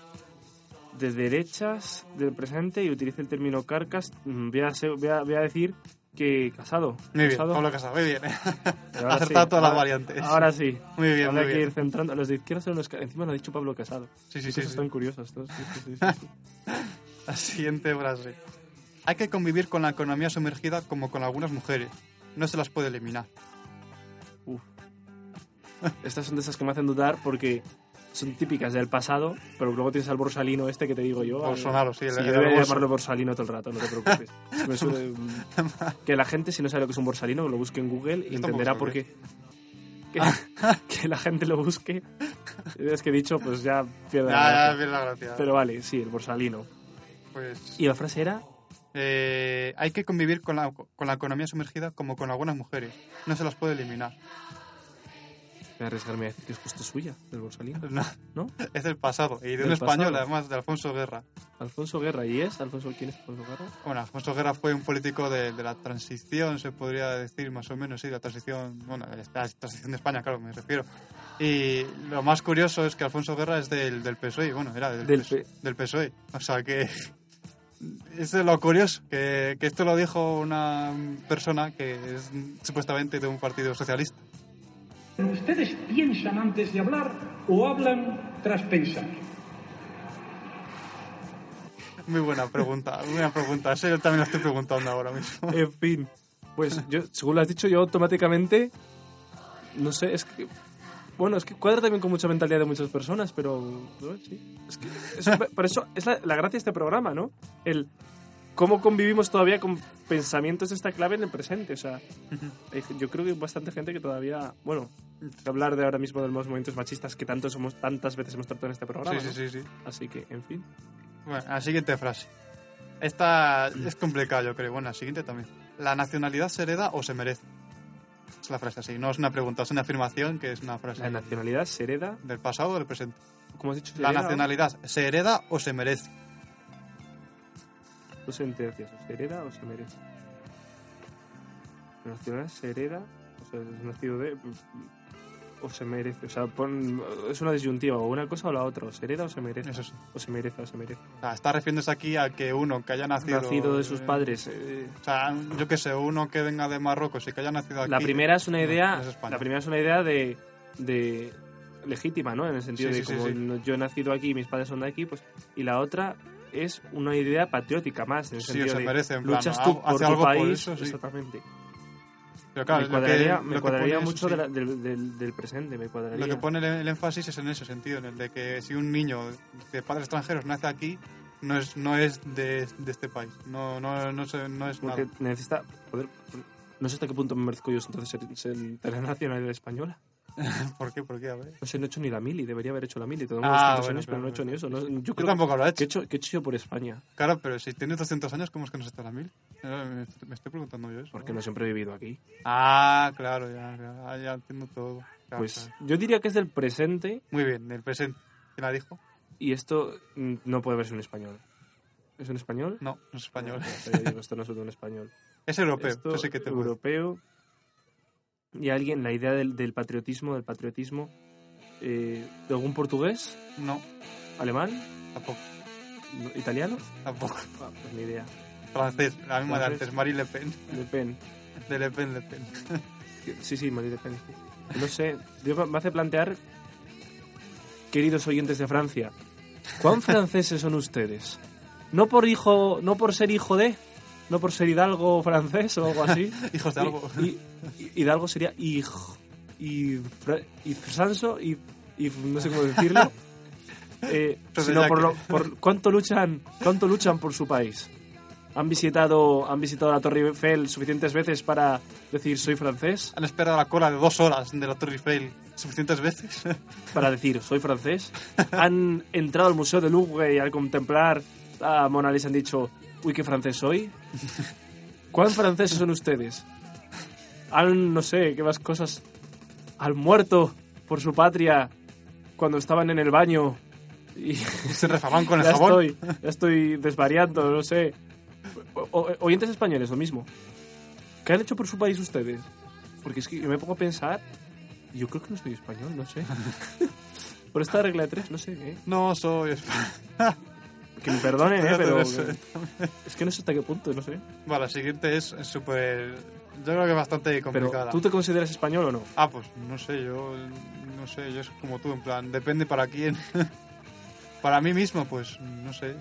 [SPEAKER 3] de derechas del presente y utilice el término carcas. mm, Voy a, ser- voy a- voy a decir que casado.
[SPEAKER 1] Muy bien,
[SPEAKER 3] casado.
[SPEAKER 1] Pablo Casado, muy bien.
[SPEAKER 3] Y ahora
[SPEAKER 1] Acertado
[SPEAKER 3] sí,
[SPEAKER 1] todas las
[SPEAKER 3] ahora-
[SPEAKER 1] variantes.
[SPEAKER 3] Ahora sí.
[SPEAKER 1] Muy bien,
[SPEAKER 3] Habrá
[SPEAKER 1] muy
[SPEAKER 3] que ir
[SPEAKER 1] bien.
[SPEAKER 3] centrando. Los de izquierda son unos carcas. Encima lo ha dicho Pablo Casado.
[SPEAKER 1] Sí, sí,
[SPEAKER 3] Qué
[SPEAKER 1] sí,
[SPEAKER 3] cosas
[SPEAKER 1] sí.
[SPEAKER 3] tan curiosas. ¿no? Sí, sí, sí, sí.
[SPEAKER 1] La siguiente frase. Hay que convivir con la economía sumergida como con algunas mujeres. No se las puede eliminar.
[SPEAKER 3] Estas son de esas que me hacen dudar porque son típicas del pasado, pero luego tienes al borsalino este que te digo yo. al-
[SPEAKER 1] Bolsonaro, sí, el-
[SPEAKER 3] Sí,
[SPEAKER 1] el
[SPEAKER 3] yo voy a
[SPEAKER 1] bolso.
[SPEAKER 3] llamarlo borsalino todo el rato, no te preocupes. Es que me suele- que la gente, si no sabe lo que es un borsalino, lo busque en Google y
[SPEAKER 1] Yo tampoco
[SPEAKER 3] entenderá
[SPEAKER 1] sabía.
[SPEAKER 3] por qué. Que, que la gente lo busque. Es que he dicho, pues ya pierdo la
[SPEAKER 1] Ya, ya,
[SPEAKER 3] gracia.
[SPEAKER 1] bien la gracia.
[SPEAKER 3] Pero vale, sí, el borsalino.
[SPEAKER 1] Pues,
[SPEAKER 3] Y la frase era,
[SPEAKER 1] eh, hay que convivir con la, con la economía sumergida como con algunas mujeres. No se las puede eliminar.
[SPEAKER 3] voy a arriesgarme a decir que es justo suya, del borsalino,
[SPEAKER 1] No,
[SPEAKER 3] ¿no?
[SPEAKER 1] es del pasado. Y de un
[SPEAKER 3] Del
[SPEAKER 1] español,
[SPEAKER 3] pasado.
[SPEAKER 1] además, de Alfonso Guerra.
[SPEAKER 3] Alfonso Guerra, ¿y es? ¿Alfonso quién es Alfonso Guerra?
[SPEAKER 1] Bueno, Alfonso Guerra fue un político de, de la transición, se podría decir más o menos, sí, la transición, bueno, de la transición de España, claro, me refiero. Y lo más curioso es que Alfonso Guerra es del, del PSOE, E, bueno, era del,
[SPEAKER 3] Del
[SPEAKER 1] PSOE, del PSOE. O sea que eso es lo curioso, que, que esto lo dijo una persona que es supuestamente de un partido socialista.
[SPEAKER 5] ¿Ustedes piensan antes de hablar o hablan tras pensar?
[SPEAKER 1] Muy buena pregunta, muy buena pregunta. Eso yo también lo estoy preguntando ahora mismo.
[SPEAKER 3] En fin. Pues yo, según lo has dicho, yo automáticamente. No sé, es que. Bueno, es que cuadra también con mucha mentalidad de muchas personas, pero. ¿no? Sí. Es que. eso- por eso es la, la gracia de este programa, ¿no? El. Cómo convivimos todavía con pensamientos de esta clave en el presente. O sea, hay- yo creo que hay bastante gente que todavía. Bueno,
[SPEAKER 1] Mm.
[SPEAKER 3] hablar de ahora mismo de los movimientos machistas que tanto somos, tantas veces hemos tratado en este programa.
[SPEAKER 1] Sí, sí,
[SPEAKER 3] ¿no?
[SPEAKER 1] sí, sí.
[SPEAKER 3] Así que, en fin.
[SPEAKER 1] Bueno, la siguiente frase. Esta es complicada, yo creo. Bueno, la siguiente también. ¿La nacionalidad se hereda o se merece? Es la frase así. No es una pregunta, es una afirmación que es una frase
[SPEAKER 3] La nacionalidad se hereda.
[SPEAKER 1] del pasado o del presente.
[SPEAKER 3] ¿Cómo has dicho? se
[SPEAKER 1] La
[SPEAKER 3] hereda,
[SPEAKER 1] nacionalidad se hereda o se merece.
[SPEAKER 3] Dos sentencias, o se hereda o se merece. La nacionalidad se hereda, o sea, es nacido de. o se merece. O sea, pon- es una disyuntiva, o una cosa o la otra, o se hereda o se merece.
[SPEAKER 1] Eso sí.
[SPEAKER 3] O se merece o se merece.
[SPEAKER 1] O sea, está refiriéndose aquí a que uno que haya nacido.
[SPEAKER 3] Nacido de sus
[SPEAKER 1] eh,
[SPEAKER 3] padres. eh,
[SPEAKER 1] O sea, yo qué sé, uno que venga de Marruecos y que haya nacido aquí.
[SPEAKER 3] la primera es una
[SPEAKER 1] no,
[SPEAKER 3] idea.
[SPEAKER 1] no es España.
[SPEAKER 3] la primera es una idea de. de legítima, ¿no? En el sentido
[SPEAKER 1] Sí,
[SPEAKER 3] de
[SPEAKER 1] sí, sí,
[SPEAKER 3] como
[SPEAKER 1] sí.
[SPEAKER 3] no- yo he nacido aquí y mis padres son de aquí, pues. Y la otra es una idea patriótica más, en el
[SPEAKER 1] Sí, o
[SPEAKER 3] sentido
[SPEAKER 1] se
[SPEAKER 3] de
[SPEAKER 1] merece, en plan,
[SPEAKER 3] luchas
[SPEAKER 1] ha-
[SPEAKER 3] tú por
[SPEAKER 1] hace
[SPEAKER 3] tu
[SPEAKER 1] algo por
[SPEAKER 3] país,
[SPEAKER 1] eso, sí.
[SPEAKER 3] exactamente.
[SPEAKER 1] Pero claro, lo
[SPEAKER 3] me
[SPEAKER 1] que-
[SPEAKER 3] cuadraría,
[SPEAKER 1] lo
[SPEAKER 3] me
[SPEAKER 1] que
[SPEAKER 3] cuadraría
[SPEAKER 1] pone es-
[SPEAKER 3] mucho
[SPEAKER 1] sí.
[SPEAKER 3] de la- del, del- del presente, me cuadraría.
[SPEAKER 1] Lo que pone el, el énfasis es en ese sentido, en el de que si un niño de padres extranjeros nace aquí, no es, no es de, de este país. No, no, no, se- no es
[SPEAKER 3] Porque
[SPEAKER 1] nada.
[SPEAKER 3] necesita. Joder, no sé hasta qué punto me merezco yo entonces ser, ser tener nacionalidad española.
[SPEAKER 1] ¿Por qué? ¿Por qué? A ver.
[SPEAKER 3] No sé, no he hecho ni la mili, debería haber hecho la mili. Tengo
[SPEAKER 1] Ah,
[SPEAKER 3] 200
[SPEAKER 1] bueno,
[SPEAKER 3] años, pero no he hecho
[SPEAKER 1] claro,
[SPEAKER 3] ni eso. ¿no? yo
[SPEAKER 1] Yo
[SPEAKER 3] creo
[SPEAKER 1] tampoco lo he
[SPEAKER 3] que he
[SPEAKER 1] hecho.
[SPEAKER 3] hecho, que he hecho yo por España,
[SPEAKER 1] Claro, pero si tienes 200 años, ¿cómo es que no se está la mil? Eh, Me, me estoy preguntando yo eso.
[SPEAKER 3] porque no siempre he vivido aquí.
[SPEAKER 1] Ah, claro, ya, ya, ah, ya entiendo todo. Claro,
[SPEAKER 3] Pues
[SPEAKER 1] claro.
[SPEAKER 3] yo diría que es del presente
[SPEAKER 1] Muy bien, el presente. ¿Quién la dijo?
[SPEAKER 3] y esto mm, no puede verse un español. ¿Es un español?
[SPEAKER 1] No, no es español.
[SPEAKER 3] No, yo digo, esto no es un español.
[SPEAKER 1] Es europeo,
[SPEAKER 3] Esto,
[SPEAKER 1] eso sí que te puedo decir.
[SPEAKER 3] europeo y alguien la idea del, del patriotismo del patriotismo eh, de algún portugués
[SPEAKER 1] No,
[SPEAKER 3] alemán
[SPEAKER 1] tampoco,
[SPEAKER 3] no, italiano
[SPEAKER 1] tampoco.
[SPEAKER 3] Ah, pues ni idea
[SPEAKER 1] Francés, la misma de
[SPEAKER 3] Francés.
[SPEAKER 1] antes, Marie Le Pen.
[SPEAKER 3] Le Pen
[SPEAKER 1] De Le Pen, Le Pen.
[SPEAKER 3] sí sí Marie Le Pen sí. no sé yo me- me hace plantear queridos oyentes de Francia cuán franceses son ustedes no por hijo no por ser hijo de no por ser hidalgo francés o algo así
[SPEAKER 1] Hijos de algo.
[SPEAKER 3] Y, y- Hidalgo sería Hij. Y, Fra- y Sanso y, y no sé cómo decirlo. Eh,
[SPEAKER 1] Entonces
[SPEAKER 3] sino
[SPEAKER 1] ya
[SPEAKER 3] por,
[SPEAKER 1] que-
[SPEAKER 3] lo- por cuánto luchan cuánto luchan por su país. Han visitado han visitado la Torre Eiffel suficientes veces para decir soy francés,
[SPEAKER 1] Han esperado la cola de dos horas de la Torre Eiffel suficientes veces.
[SPEAKER 3] para decir soy francés. Han entrado al Museo de Louvre y al contemplar a Mona Lisa han dicho uy qué francés soy. ¿Cuán franceses son ustedes? Han, no sé, qué más cosas. Han muerto por su patria cuando estaban en el baño y
[SPEAKER 1] Se refaban con el
[SPEAKER 3] ya
[SPEAKER 1] jabón.
[SPEAKER 3] estoy, ya estoy desvariando, no sé. O- o- oyentes españoles, lo mismo. ¿Qué han hecho por su país ustedes? Porque es que yo me pongo a pensar, y yo creo que no soy español, no sé. por esta regla de tres, no sé, ¿eh?
[SPEAKER 1] No soy español.
[SPEAKER 3] que me perdonen, ¿eh?
[SPEAKER 1] Espérate,
[SPEAKER 3] pero
[SPEAKER 1] no sé.
[SPEAKER 3] es que no sé hasta qué punto, no sé.
[SPEAKER 1] Bueno, la siguiente es es súper. Yo creo que bastante
[SPEAKER 3] Pero
[SPEAKER 1] complicada.
[SPEAKER 3] ¿tú te consideras español o no?
[SPEAKER 1] Ah, pues no sé, yo. No sé, yo soy como tú, en plan, depende para quién. para mí mismo, pues no sé.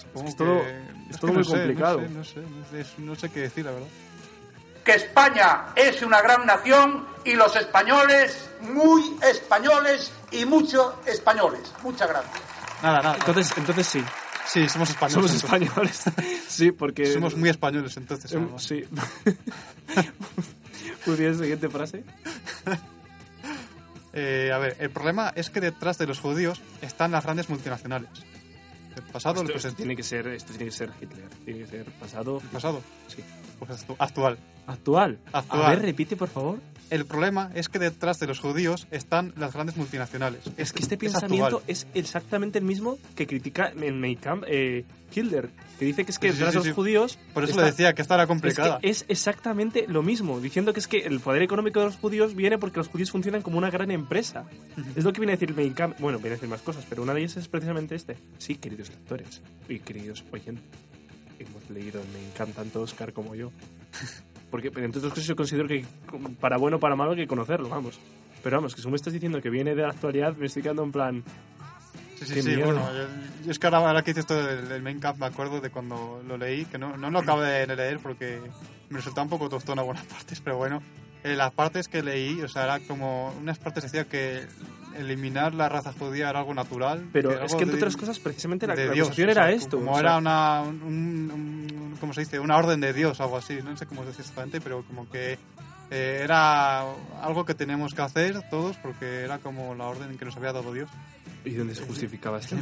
[SPEAKER 1] Supongo
[SPEAKER 3] Es que es todo-
[SPEAKER 1] que-
[SPEAKER 3] es
[SPEAKER 1] que
[SPEAKER 3] todo
[SPEAKER 1] no
[SPEAKER 3] muy
[SPEAKER 1] sé, no
[SPEAKER 3] complicado.
[SPEAKER 1] sé, No sé, no sé, es- no sé qué decir, la verdad.
[SPEAKER 4] que España es una gran nación y los españoles muy españoles y mucho españoles. Muchas gracias.
[SPEAKER 1] Nada, nada.
[SPEAKER 3] Entonces, entonces sí,
[SPEAKER 1] Sí, somos españoles.
[SPEAKER 3] somos
[SPEAKER 1] entonces.
[SPEAKER 3] españoles. sí, porque...
[SPEAKER 1] Somos muy españoles, entonces.
[SPEAKER 3] Em,
[SPEAKER 1] además.
[SPEAKER 3] Sí. Muy bien, siguiente frase.
[SPEAKER 1] Eh, a ver, el problema es que detrás de los judíos están las grandes multinacionales. El pasado, el
[SPEAKER 3] Esto, esto
[SPEAKER 1] presente.
[SPEAKER 3] tiene que ser, esto tiene que ser Hitler, tiene que ser pasado,
[SPEAKER 1] El pasado.
[SPEAKER 3] Sí.
[SPEAKER 1] Pues actu- actual.
[SPEAKER 3] actual.
[SPEAKER 1] Actual.
[SPEAKER 3] A ver, repite por favor.
[SPEAKER 1] El problema es que detrás de los judíos están las grandes multinacionales.
[SPEAKER 3] Es que este
[SPEAKER 1] Es actual.
[SPEAKER 3] pensamiento es, exactamente el mismo que critica en Mein Kampf eh, Hitler, que dice que es que
[SPEAKER 1] Sí, sí,
[SPEAKER 3] detrás
[SPEAKER 1] sí,
[SPEAKER 3] de los
[SPEAKER 1] sí.
[SPEAKER 3] judíos
[SPEAKER 1] Por eso
[SPEAKER 3] está-
[SPEAKER 1] le decía que esta era
[SPEAKER 3] es, que
[SPEAKER 1] complicada.
[SPEAKER 3] es exactamente lo mismo, diciendo que es que el poder económico de los judíos viene porque los judíos funcionan como una gran empresa. Es lo que viene a decir Mein Kampf. Bueno, viene a decir más cosas, pero una de ellas es precisamente este. Sí, queridos lectores y queridos oyentes, hemos leído en Mein Kampf tanto Oscar como yo. Porque, pero entre otras cosas, yo considero que como para bueno o para malo hay que conocerlo, vamos. Pero vamos, que si me estás diciendo que viene de la actualidad, me estoy quedando en plan...
[SPEAKER 1] sí, sí,
[SPEAKER 3] qué
[SPEAKER 1] sí.
[SPEAKER 3] miedo.
[SPEAKER 1] Bueno, yo- yo es que ahora, ahora que hice esto del, del main camp me acuerdo de cuando lo leí, que no,
[SPEAKER 3] Mm.
[SPEAKER 1] no lo acabé de leer porque me resultaba un poco tostón algunas partes, pero bueno. Eh, las partes que leí, o sea, era como. Unas partes decía que eliminar la raza judía era algo natural.
[SPEAKER 3] Pero
[SPEAKER 1] era
[SPEAKER 3] es
[SPEAKER 1] algo
[SPEAKER 3] que, entre
[SPEAKER 1] de-
[SPEAKER 3] otras cosas, precisamente la,
[SPEAKER 1] de
[SPEAKER 3] la
[SPEAKER 1] Dios,
[SPEAKER 3] acusación
[SPEAKER 1] o sea,
[SPEAKER 3] era esto.
[SPEAKER 1] Como
[SPEAKER 3] o sea,
[SPEAKER 1] era una, un, un- un- ¿cómo se dice? Una orden de Dios, algo así. No sé cómo se dice exactamente, pero como que eh, era algo que teníamos que hacer todos porque era como la orden que nos había dado Dios.
[SPEAKER 3] ¿Y dónde se justificaba esto?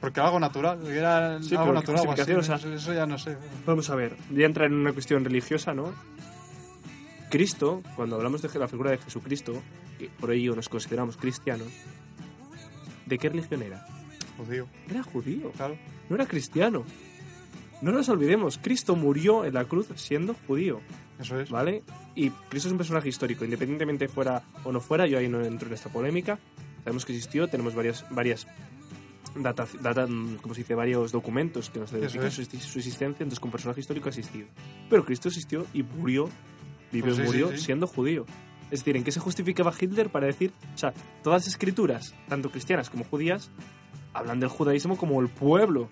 [SPEAKER 1] Porque era algo natural, era
[SPEAKER 3] Sí,
[SPEAKER 1] algo
[SPEAKER 3] pero
[SPEAKER 1] natural. algo así,
[SPEAKER 3] justificación, o sea-
[SPEAKER 1] eso, eso ya no sé.
[SPEAKER 3] Vamos a ver, ya entrar en una cuestión religiosa, ¿no? Cristo, cuando hablamos de la figura de Jesucristo, que por ello nos consideramos cristianos, ¿de qué religión era?
[SPEAKER 1] Judío,
[SPEAKER 3] Era judío,
[SPEAKER 1] claro.
[SPEAKER 3] no era cristiano. No nos olvidemos, Cristo murió en la cruz siendo judío,
[SPEAKER 1] Eso es.
[SPEAKER 3] ¿vale? Y Cristo es un personaje histórico, independientemente fuera o no fuera, yo ahí no entro en esta polémica. Sabemos que existió, tenemos varias, varias data, data- mm, ¿cómo se dice? varios documentos que nos
[SPEAKER 1] Eso
[SPEAKER 3] dedican
[SPEAKER 1] es.
[SPEAKER 3] su, exist- su existencia, entonces como personaje histórico ha existido. Pero Cristo existió y murió, vivió
[SPEAKER 1] Pues sí,
[SPEAKER 3] y
[SPEAKER 1] sí,
[SPEAKER 3] murió
[SPEAKER 1] sí.
[SPEAKER 3] siendo judío. Es decir, ¿en qué se justificaba Hitler para decir, o sea, todas las escrituras, tanto cristianas como judías, hablan del judaísmo como el pueblo,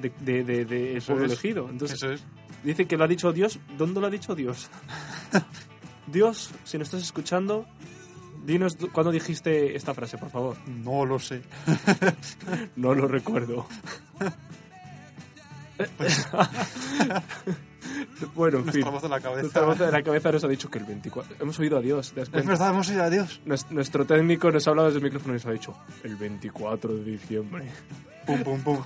[SPEAKER 3] de, de- de- de- el
[SPEAKER 1] Eso
[SPEAKER 3] pueblo
[SPEAKER 1] es.
[SPEAKER 3] elegido? Entonces,
[SPEAKER 1] Eso es.
[SPEAKER 3] Dice que lo ha dicho Dios. ¿Dónde lo ha dicho Dios? Dios, si nos estás escuchando, dinos du- cuándo dijiste esta frase, por favor.
[SPEAKER 1] No lo sé.
[SPEAKER 3] No lo recuerdo. bueno, en fin.
[SPEAKER 1] Nuestra voz de la cabeza.
[SPEAKER 3] Nuestra voz de la cabeza nos ha dicho que el 24... Hemos oído a Dios, ¿te das
[SPEAKER 1] Es
[SPEAKER 3] cuenta?
[SPEAKER 1] verdad, hemos ido a Dios.
[SPEAKER 3] Nues- Nuestro técnico nos ha hablado desde el micrófono y nos ha dicho el 24 de diciembre.
[SPEAKER 1] Pum, pum, pum.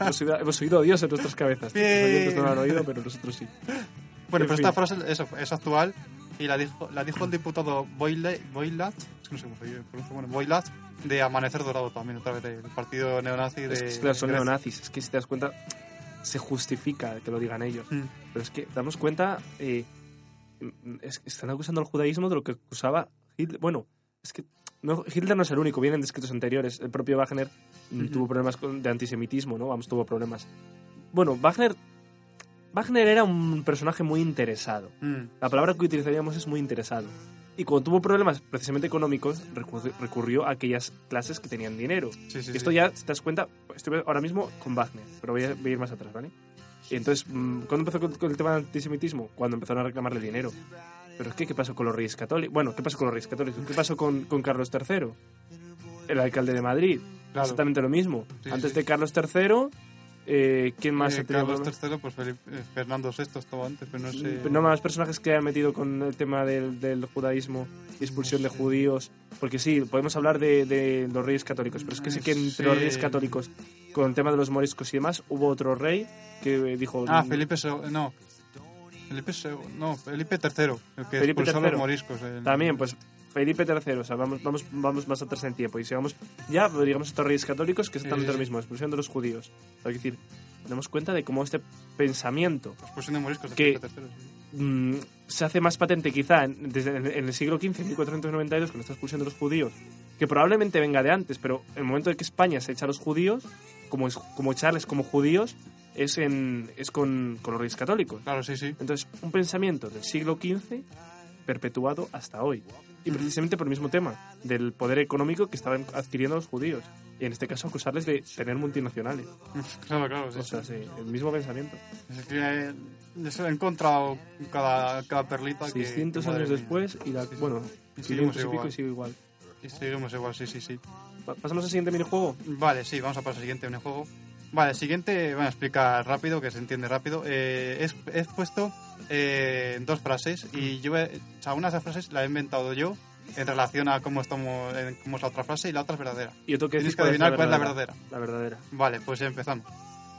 [SPEAKER 3] hemos, oído, hemos oído a Dios en nuestras cabezas. Los
[SPEAKER 1] Bien.
[SPEAKER 3] oyentes no lo han oído, pero nosotros sí.
[SPEAKER 1] Bueno,
[SPEAKER 3] En
[SPEAKER 1] pero
[SPEAKER 3] fin.
[SPEAKER 1] esta frase eso, es actual y la dijo, la dijo el diputado Boyle- Boylat, es que no sé cómo se pronuncia, bueno, Boylat, de Amanecer Dorado también, otra vez del partido neonazi de...
[SPEAKER 3] Es que claro, son
[SPEAKER 1] de Grecia.
[SPEAKER 3] neonazis, es que si te das cuenta, se justifica que lo digan ellos.
[SPEAKER 1] Mm.
[SPEAKER 3] Pero es que damos cuenta, eh, mm, es que están acusando al judaísmo de lo que acusaba Hitler. Bueno, es que no, Hitler no es el único, vienen de escritos anteriores. El propio Wagner mm,
[SPEAKER 1] Ujú.
[SPEAKER 3] tuvo problemas con- de antisemitismo, ¿no? Vamos, tuvo problemas. Bueno, Wagner, Wagner era un personaje muy interesado.
[SPEAKER 1] Mm.
[SPEAKER 3] La palabra que utilizaríamos es muy interesado. Y cuando tuvo problemas precisamente económicos, recurri- recurrió a aquellas clases que tenían dinero.
[SPEAKER 1] Sí, sí,
[SPEAKER 3] Y esto
[SPEAKER 1] sí.
[SPEAKER 3] ya, si te das cuenta, estoy ahora mismo con Wagner, pero voy a, voy a ir más atrás, ¿vale? Y entonces, mm, ¿cuándo empezó con, con el tema del antisemitismo? Cuando empezaron a reclamarle dinero. Pero es que, ¿qué pasó con los reyes católicos? Bueno, ¿qué pasó con los reyes católicos? ¿Qué pasó con, con Carlos III? El alcalde de Madrid.
[SPEAKER 1] Claro.
[SPEAKER 3] Exactamente lo mismo.
[SPEAKER 1] Sí,
[SPEAKER 3] Antes
[SPEAKER 1] sí.
[SPEAKER 3] de Carlos III, eh, ¿quién más
[SPEAKER 1] Eh,
[SPEAKER 3] ha tenido
[SPEAKER 1] Carlos
[SPEAKER 3] problemas?
[SPEAKER 1] III, pues Felipe- eh, Fernando VI estaba antes, pero no sé...
[SPEAKER 3] no más personajes que han metido con el tema del, del judaísmo y expulsión de judíos. Porque sí, podemos hablar de, de los reyes católicos, pero es que sí que entre
[SPEAKER 1] Sí.
[SPEAKER 3] los reyes católicos, con el tema de los moriscos y demás, hubo otro rey que dijo...
[SPEAKER 1] Ah,
[SPEAKER 3] mm,
[SPEAKER 1] Felipe II, no. Felipe II, no, Felipe III, el que
[SPEAKER 3] Felipe
[SPEAKER 1] expulsó a
[SPEAKER 3] III.
[SPEAKER 1] los moriscos. el-
[SPEAKER 3] También, pues Felipe III, o sea, vamos, vamos, vamos más atrás en tiempo. Y si vamos ya, pues, digamos, estos reyes católicos, que es exactamente
[SPEAKER 1] sí.
[SPEAKER 3] lo mismo, expulsión de los judíos. Es decir, damos cuenta de cómo este pensamiento
[SPEAKER 1] Expulsión de moriscos de
[SPEAKER 3] Que-
[SPEAKER 1] Felipe III, sí.
[SPEAKER 3] mm, se hace más patente quizá en, desde en, en el siglo XV, 1492, con esta expulsión de los judíos, que probablemente venga de antes, pero el momento en que España se echa a los judíos, como, es- como echarles como judíos, es, en, es con, con los reyes católicos.
[SPEAKER 1] Claro, sí, sí.
[SPEAKER 3] Entonces, un pensamiento del siglo XV perpetuado hasta hoy. Y precisamente por el mismo tema, del poder económico que estaban adquiriendo los judíos. Y en este caso acusarles de tener multinacionales.
[SPEAKER 1] Claro, claro, sí.
[SPEAKER 3] O
[SPEAKER 1] sí.
[SPEAKER 3] sea, sí, el mismo pensamiento.
[SPEAKER 1] Es que eh, les he encontrado cada, cada perlita. que-
[SPEAKER 3] 600
[SPEAKER 1] madre
[SPEAKER 3] años
[SPEAKER 1] mía.
[SPEAKER 3] después y la...
[SPEAKER 1] Sí, sí.
[SPEAKER 3] Bueno,
[SPEAKER 1] Y
[SPEAKER 3] 500
[SPEAKER 1] seguimos
[SPEAKER 3] y pico
[SPEAKER 1] igual.
[SPEAKER 3] y sigue igual.
[SPEAKER 1] Y seguimos igual, sí, sí, sí.
[SPEAKER 3] Pa- Pasamos al siguiente minijuego.
[SPEAKER 1] Vale, sí, vamos a pasar al siguiente juego. Vale, el siguiente, van a explicar rápido, que se entiende rápido. Eh, he, he puesto eh, dos frases y yo, he- o sea, una de esas frases la he inventado yo en relación a cómo, estamos, en cómo es la otra frase y la otra es verdadera.
[SPEAKER 3] Y yo tengo que
[SPEAKER 1] Tienes
[SPEAKER 3] decir
[SPEAKER 1] que adivinar cuál es la verdadera.
[SPEAKER 3] La verdadera.
[SPEAKER 1] Vale, pues empezamos.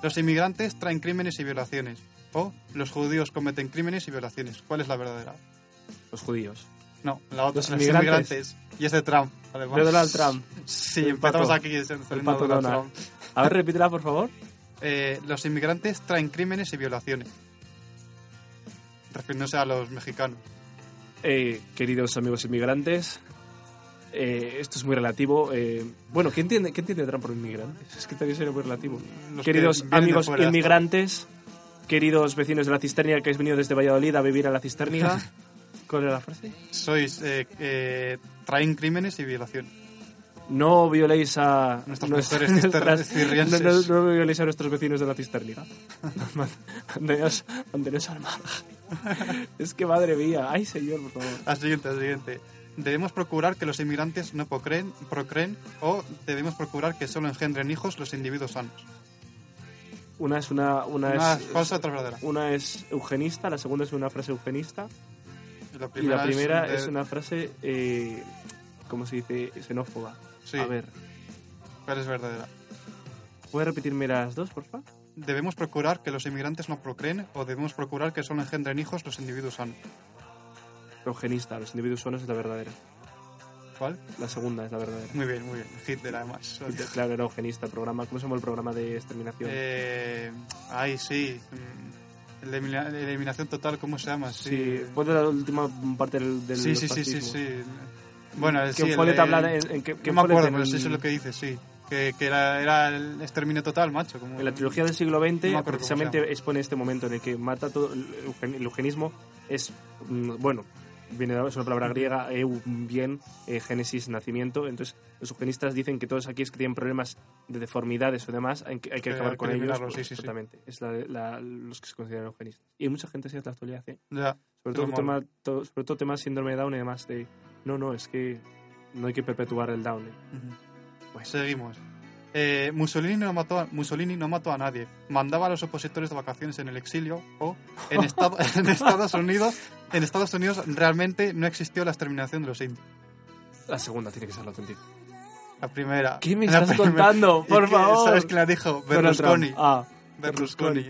[SPEAKER 1] Los inmigrantes traen crímenes y violaciones. O los judíos cometen crímenes y violaciones. ¿Cuál es la verdadera?
[SPEAKER 3] Los judíos.
[SPEAKER 1] No, la otra.
[SPEAKER 3] Los inmigrantes.
[SPEAKER 1] Y es de Trump, además.
[SPEAKER 3] De Donald Trump.
[SPEAKER 1] Sí,
[SPEAKER 3] El
[SPEAKER 1] empezamos
[SPEAKER 3] pato.
[SPEAKER 1] aquí.
[SPEAKER 3] El
[SPEAKER 1] saliendo
[SPEAKER 3] pato
[SPEAKER 1] Donald
[SPEAKER 3] Donald.
[SPEAKER 1] Trump.
[SPEAKER 3] A ver, repítela, por favor.
[SPEAKER 1] Eh, los inmigrantes traen crímenes y violaciones. Refiriéndose a los mexicanos.
[SPEAKER 3] Eh, queridos amigos inmigrantes, eh, esto es muy relativo. eh, bueno, ¿qué entiende, ¿qué entiende Trump por inmigrantes? Es que también sería muy relativo.
[SPEAKER 1] Mm, Los que
[SPEAKER 3] queridos
[SPEAKER 1] vienen de
[SPEAKER 3] amigos
[SPEAKER 1] fuera.
[SPEAKER 3] inmigrantes, queridos vecinos de la cisterna que habéis venido desde Valladolid a vivir a la cisterna. ¿Cuál era la frase?
[SPEAKER 1] Sois. eh, eh, traen crímenes y violaciones.
[SPEAKER 3] No violéis a
[SPEAKER 1] Nuestras
[SPEAKER 3] nuestras-
[SPEAKER 1] mujeres cister-
[SPEAKER 3] nuestras-
[SPEAKER 1] cirrienses.
[SPEAKER 3] no, no- no violéis a nuestros vecinos de la cisterna. Manteneos, manteneos al margen. Es que madre mía, ay señor, por favor.
[SPEAKER 1] La Ah, siguiente, la siguiente. Debemos procurar que los inmigrantes no procreen, procreen o debemos procurar que solo engendren hijos los individuos sanos.
[SPEAKER 3] Una es una, una,
[SPEAKER 1] Una
[SPEAKER 3] es,
[SPEAKER 1] falsa, otra verdadera.
[SPEAKER 3] una es eugenista, la segunda es una frase eugenista
[SPEAKER 1] La
[SPEAKER 3] y la primera
[SPEAKER 1] de-
[SPEAKER 3] es, una frase, eh, ¿cómo se dice? Xenófoba.
[SPEAKER 1] Sí,
[SPEAKER 3] A ver,
[SPEAKER 1] ¿cuál es verdadera?
[SPEAKER 3] ¿puedes repetirme las dos, por favor?
[SPEAKER 1] ¿Debemos procurar que los inmigrantes no procreen o debemos procurar que solo engendren hijos los individuos sanos?
[SPEAKER 3] Eugenista, los individuos sanos es la verdadera.
[SPEAKER 1] ¿Cuál?
[SPEAKER 3] La segunda es la verdadera.
[SPEAKER 1] Muy bien, muy bien. Hitler, además.
[SPEAKER 3] Claro, era eugenista el programa. ¿Cómo se llama el programa de exterminación?
[SPEAKER 1] Eh, ay, sí. mm, elimina- eliminación total, ¿cómo se llama? Sí,
[SPEAKER 3] Sí, fue de la última parte del. del
[SPEAKER 1] sí, sí, sí, sí,
[SPEAKER 3] fascismo.
[SPEAKER 1] sí. Bueno,
[SPEAKER 3] Que
[SPEAKER 1] sí,
[SPEAKER 3] un
[SPEAKER 1] el-
[SPEAKER 3] folleto
[SPEAKER 1] el-
[SPEAKER 3] hablar en, en que,
[SPEAKER 1] No
[SPEAKER 3] que un
[SPEAKER 1] me
[SPEAKER 3] folleto
[SPEAKER 1] acuerdo,
[SPEAKER 3] en
[SPEAKER 1] pero sí
[SPEAKER 3] el-
[SPEAKER 1] sé lo que dice, sí. Que, que era, era el exterminio total, macho. Como...
[SPEAKER 3] En la trilogía del siglo
[SPEAKER 1] No
[SPEAKER 3] XX,
[SPEAKER 1] me acuerdo cómo se
[SPEAKER 3] precisamente
[SPEAKER 1] llama.
[SPEAKER 3] expone este momento en el que mata todo. El eugen- el eugenismo es. mm, Bueno, viene de- es una palabra griega, eu, bien, eh, génesis, nacimiento. Entonces, los eugenistas dicen que todos aquellos que tienen problemas de deformidades o demás, hay que, hay que
[SPEAKER 1] Que
[SPEAKER 3] acabar
[SPEAKER 1] hay que
[SPEAKER 3] con ellos.
[SPEAKER 1] eliminarlos, sí, sí, sí.
[SPEAKER 3] Exactamente. Es la, la- los que se consideran eugenistas. Y hay mucha gente así en la actualidad, ¿eh?
[SPEAKER 1] Ya,
[SPEAKER 3] Sobre
[SPEAKER 1] Todo
[SPEAKER 3] todo,
[SPEAKER 1] mal.
[SPEAKER 3] tema, to- sobre todo tema síndrome de Down y demás de... No, no, es que no hay que perpetuar el Down. ¿eh?
[SPEAKER 1] ujú. Pues seguimos. Eh, Mussolini, no mató a, Mussolini no mató a nadie. Mandaba a los opositores de vacaciones en el exilio o en, Estado- en Estados Unidos. En Estados Unidos realmente no existió la exterminación de los indios.
[SPEAKER 3] La segunda tiene que ser la auténtica.
[SPEAKER 1] La primera.
[SPEAKER 3] ¿Qué me
[SPEAKER 1] La
[SPEAKER 3] estás
[SPEAKER 1] primera.
[SPEAKER 3] contando?
[SPEAKER 1] ¿Y
[SPEAKER 3] Por
[SPEAKER 1] qué?
[SPEAKER 3] favor.
[SPEAKER 1] ¿Sabes quién la dijo?
[SPEAKER 3] Donald Trump.
[SPEAKER 1] Berlusconi.
[SPEAKER 3] Ah,
[SPEAKER 1] Berlusconi.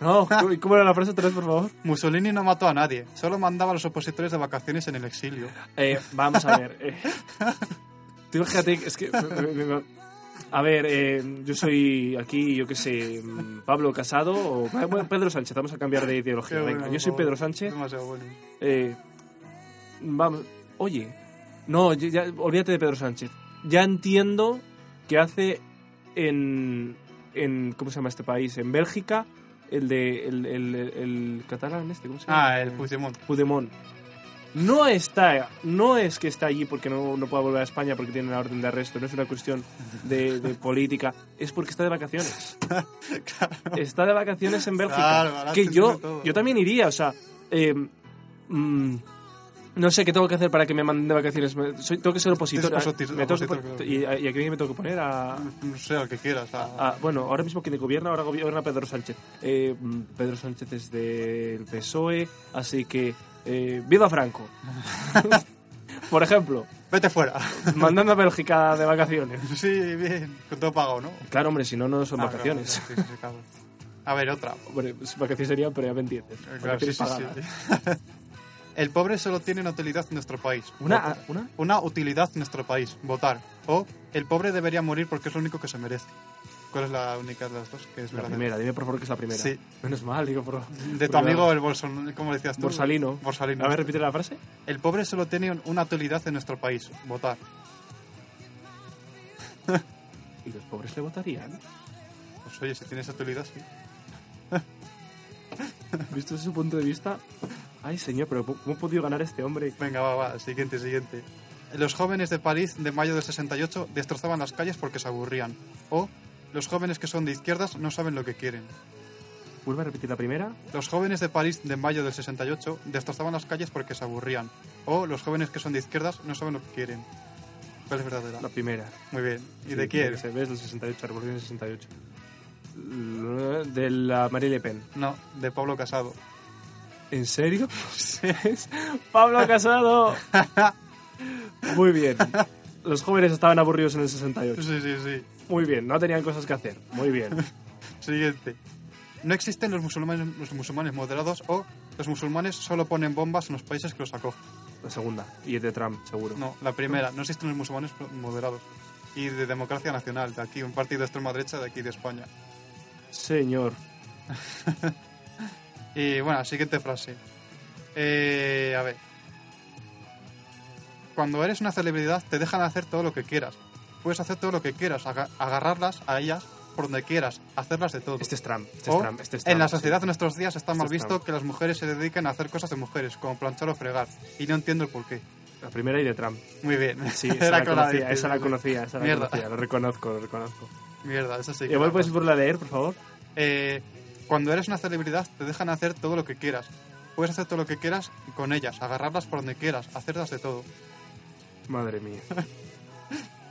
[SPEAKER 3] no, ¿cómo- ¿cómo era la frase otra vez, por favor?
[SPEAKER 1] Mussolini no mató a nadie. Solo mandaba a los opositores de vacaciones en el exilio.
[SPEAKER 3] Eh, vamos a ver. eh. Tú imagínate, es que... me- me- me- A ver, eh, yo soy aquí, yo qué sé, mm, Pablo Casado o bueno, Pedro Sánchez. Vamos a cambiar de
[SPEAKER 1] Qué
[SPEAKER 3] ideología.
[SPEAKER 1] bueno,
[SPEAKER 3] Venga, yo
[SPEAKER 1] por
[SPEAKER 3] soy
[SPEAKER 1] favor.
[SPEAKER 3] Pedro Sánchez.
[SPEAKER 1] Demasiado bueno.
[SPEAKER 3] Eh, vamos, oye, no, ya- ya- olvídate de Pedro Sánchez. Ya entiendo que hace en, en ¿cómo se llama este país? En Bélgica, el de el, el- el- el catalán este, ¿cómo se llama?
[SPEAKER 1] Ah, el Puigdemont.
[SPEAKER 3] Puigdemont. No está, no es que está allí porque no, no pueda volver a España porque tiene una orden de arresto, no es una cuestión de, de política, es porque está de vacaciones. Está de vacaciones en Bélgica.
[SPEAKER 1] Claro, ahora
[SPEAKER 3] que
[SPEAKER 1] te
[SPEAKER 3] yo,
[SPEAKER 1] entiendo todo.
[SPEAKER 3] yo también iría, o sea, eh, mm, no sé qué tengo que hacer para que me manden de vacaciones. Me- soy- tengo que ser opositor.
[SPEAKER 1] Tienes
[SPEAKER 3] ah,
[SPEAKER 1] opositor,
[SPEAKER 3] me tengo que
[SPEAKER 1] opositor,
[SPEAKER 3] pon-
[SPEAKER 1] claro.
[SPEAKER 3] ¿Y a y a qué me tengo que poner? A,
[SPEAKER 1] No sé, al que quieras. a-
[SPEAKER 3] Ah, bueno, ahora mismo quien gobierna, ahora gobierna Pedro Sánchez. Eh, mm, Pedro Sánchez es del PSOE, E, así que eh, viva Franco. Por ejemplo,
[SPEAKER 1] Vete fuera.
[SPEAKER 3] mandando a Bélgica de vacaciones.
[SPEAKER 1] sí, bien. Con todo pagado, ¿no?
[SPEAKER 3] Claro, hombre, si no, no son
[SPEAKER 1] Ah,
[SPEAKER 3] vacaciones.
[SPEAKER 1] claro, sí, sí, sí, claro. A ver, otra. Eh,
[SPEAKER 3] Hombre, pues vacaciones serían, pero ya me entiendes.
[SPEAKER 1] claro, sí,
[SPEAKER 3] Vacaciones
[SPEAKER 1] sí,
[SPEAKER 3] pagadas.
[SPEAKER 1] sí. El pobre solo tiene una utilidad en nuestro país.
[SPEAKER 3] ¿Una?
[SPEAKER 1] votar.
[SPEAKER 3] ¿Una?
[SPEAKER 1] Una utilidad en nuestro país, votar. O el pobre debería morir porque es lo único que se merece. ¿Cuál es la única de las dos que es
[SPEAKER 3] La
[SPEAKER 1] verdadera?
[SPEAKER 3] primera, dime por favor que es la primera.
[SPEAKER 1] Sí.
[SPEAKER 3] Menos mal, digo, por
[SPEAKER 1] De tu
[SPEAKER 3] por-
[SPEAKER 1] amigo el Bolson, ¿cómo decías tú?
[SPEAKER 3] Borsalino.
[SPEAKER 1] Borsalino.
[SPEAKER 3] A ver, repite la frase.
[SPEAKER 1] El pobre solo tiene un- una utilidad en nuestro país, votar.
[SPEAKER 3] ¿Y los pobres le votarían?
[SPEAKER 1] Pues oye, si tienes utilidad, sí.
[SPEAKER 3] Visto desde su punto de vista... Ay, señor, pero ¿cómo ha podido ganar este hombre?
[SPEAKER 1] Venga, va, va, siguiente, siguiente. Los jóvenes de París de mayo del 68 destrozaban las calles porque se aburrían. O los jóvenes que son de izquierdas no saben lo que quieren.
[SPEAKER 3] Vuelve a repetir la primera.
[SPEAKER 1] Los jóvenes de París de mayo del 68 destrozaban las calles porque se aburrían. O los jóvenes que son de izquierdas no saben lo que quieren. ¿Cuál es verdadera?
[SPEAKER 3] La primera.
[SPEAKER 1] Muy bien. ¿Y
[SPEAKER 3] Sí,
[SPEAKER 1] de quién?
[SPEAKER 3] yo qué sé, ¿Ves? Del 68, la revolución del 68. L- De la Marie Le Pen.
[SPEAKER 1] No, de Pablo Casado.
[SPEAKER 3] ¿En serio? Es Pablo Casado. Muy bien. Los jóvenes estaban aburridos en el 68.
[SPEAKER 1] Sí, sí, sí.
[SPEAKER 3] Muy bien, no tenían cosas que hacer. Muy bien.
[SPEAKER 1] Siguiente. No existen los musulmanes, los musulmanes moderados o los musulmanes solo ponen bombas en los países que los acogen.
[SPEAKER 3] La segunda. Y es de Trump, seguro.
[SPEAKER 1] No, la primera. No existen los musulmanes moderados. Y de Democracia Nacional, de aquí, un partido de extrema derecha de aquí de España.
[SPEAKER 3] Señor.
[SPEAKER 1] Y bueno, siguiente frase. Eh, a ver. Cuando eres una celebridad te dejan hacer todo lo que quieras. Puedes hacer todo lo que quieras, aga- agarrarlas a ellas por donde quieras, hacerlas de todo.
[SPEAKER 3] Este es Trump. Este
[SPEAKER 1] O,
[SPEAKER 3] es Trump. Este es
[SPEAKER 1] Oh,
[SPEAKER 3] Trump.
[SPEAKER 1] en la
[SPEAKER 3] sí.
[SPEAKER 1] sociedad de nuestros días está
[SPEAKER 3] Este
[SPEAKER 1] mal
[SPEAKER 3] es
[SPEAKER 1] visto
[SPEAKER 3] Trump.
[SPEAKER 1] que las mujeres se dediquen a hacer cosas de mujeres, como planchar o fregar. Y no entiendo el porqué.
[SPEAKER 3] La primera y de Trump.
[SPEAKER 1] Muy bien.
[SPEAKER 3] Sí, esa la
[SPEAKER 1] con la
[SPEAKER 3] conocía.
[SPEAKER 1] de-
[SPEAKER 3] Esa la conocía. Esa la
[SPEAKER 1] Mierda.
[SPEAKER 3] conocía. Lo reconozco, lo reconozco.
[SPEAKER 1] Mierda, eso sí. que
[SPEAKER 3] Igual
[SPEAKER 1] la-
[SPEAKER 3] puedes volver a leer, por favor.
[SPEAKER 1] Eh, cuando eres una celebridad te dejan hacer todo lo que quieras. Puedes hacer todo lo que quieras con ellas, agarrarlas por donde quieras, hacerlas de todo.
[SPEAKER 3] Madre mía.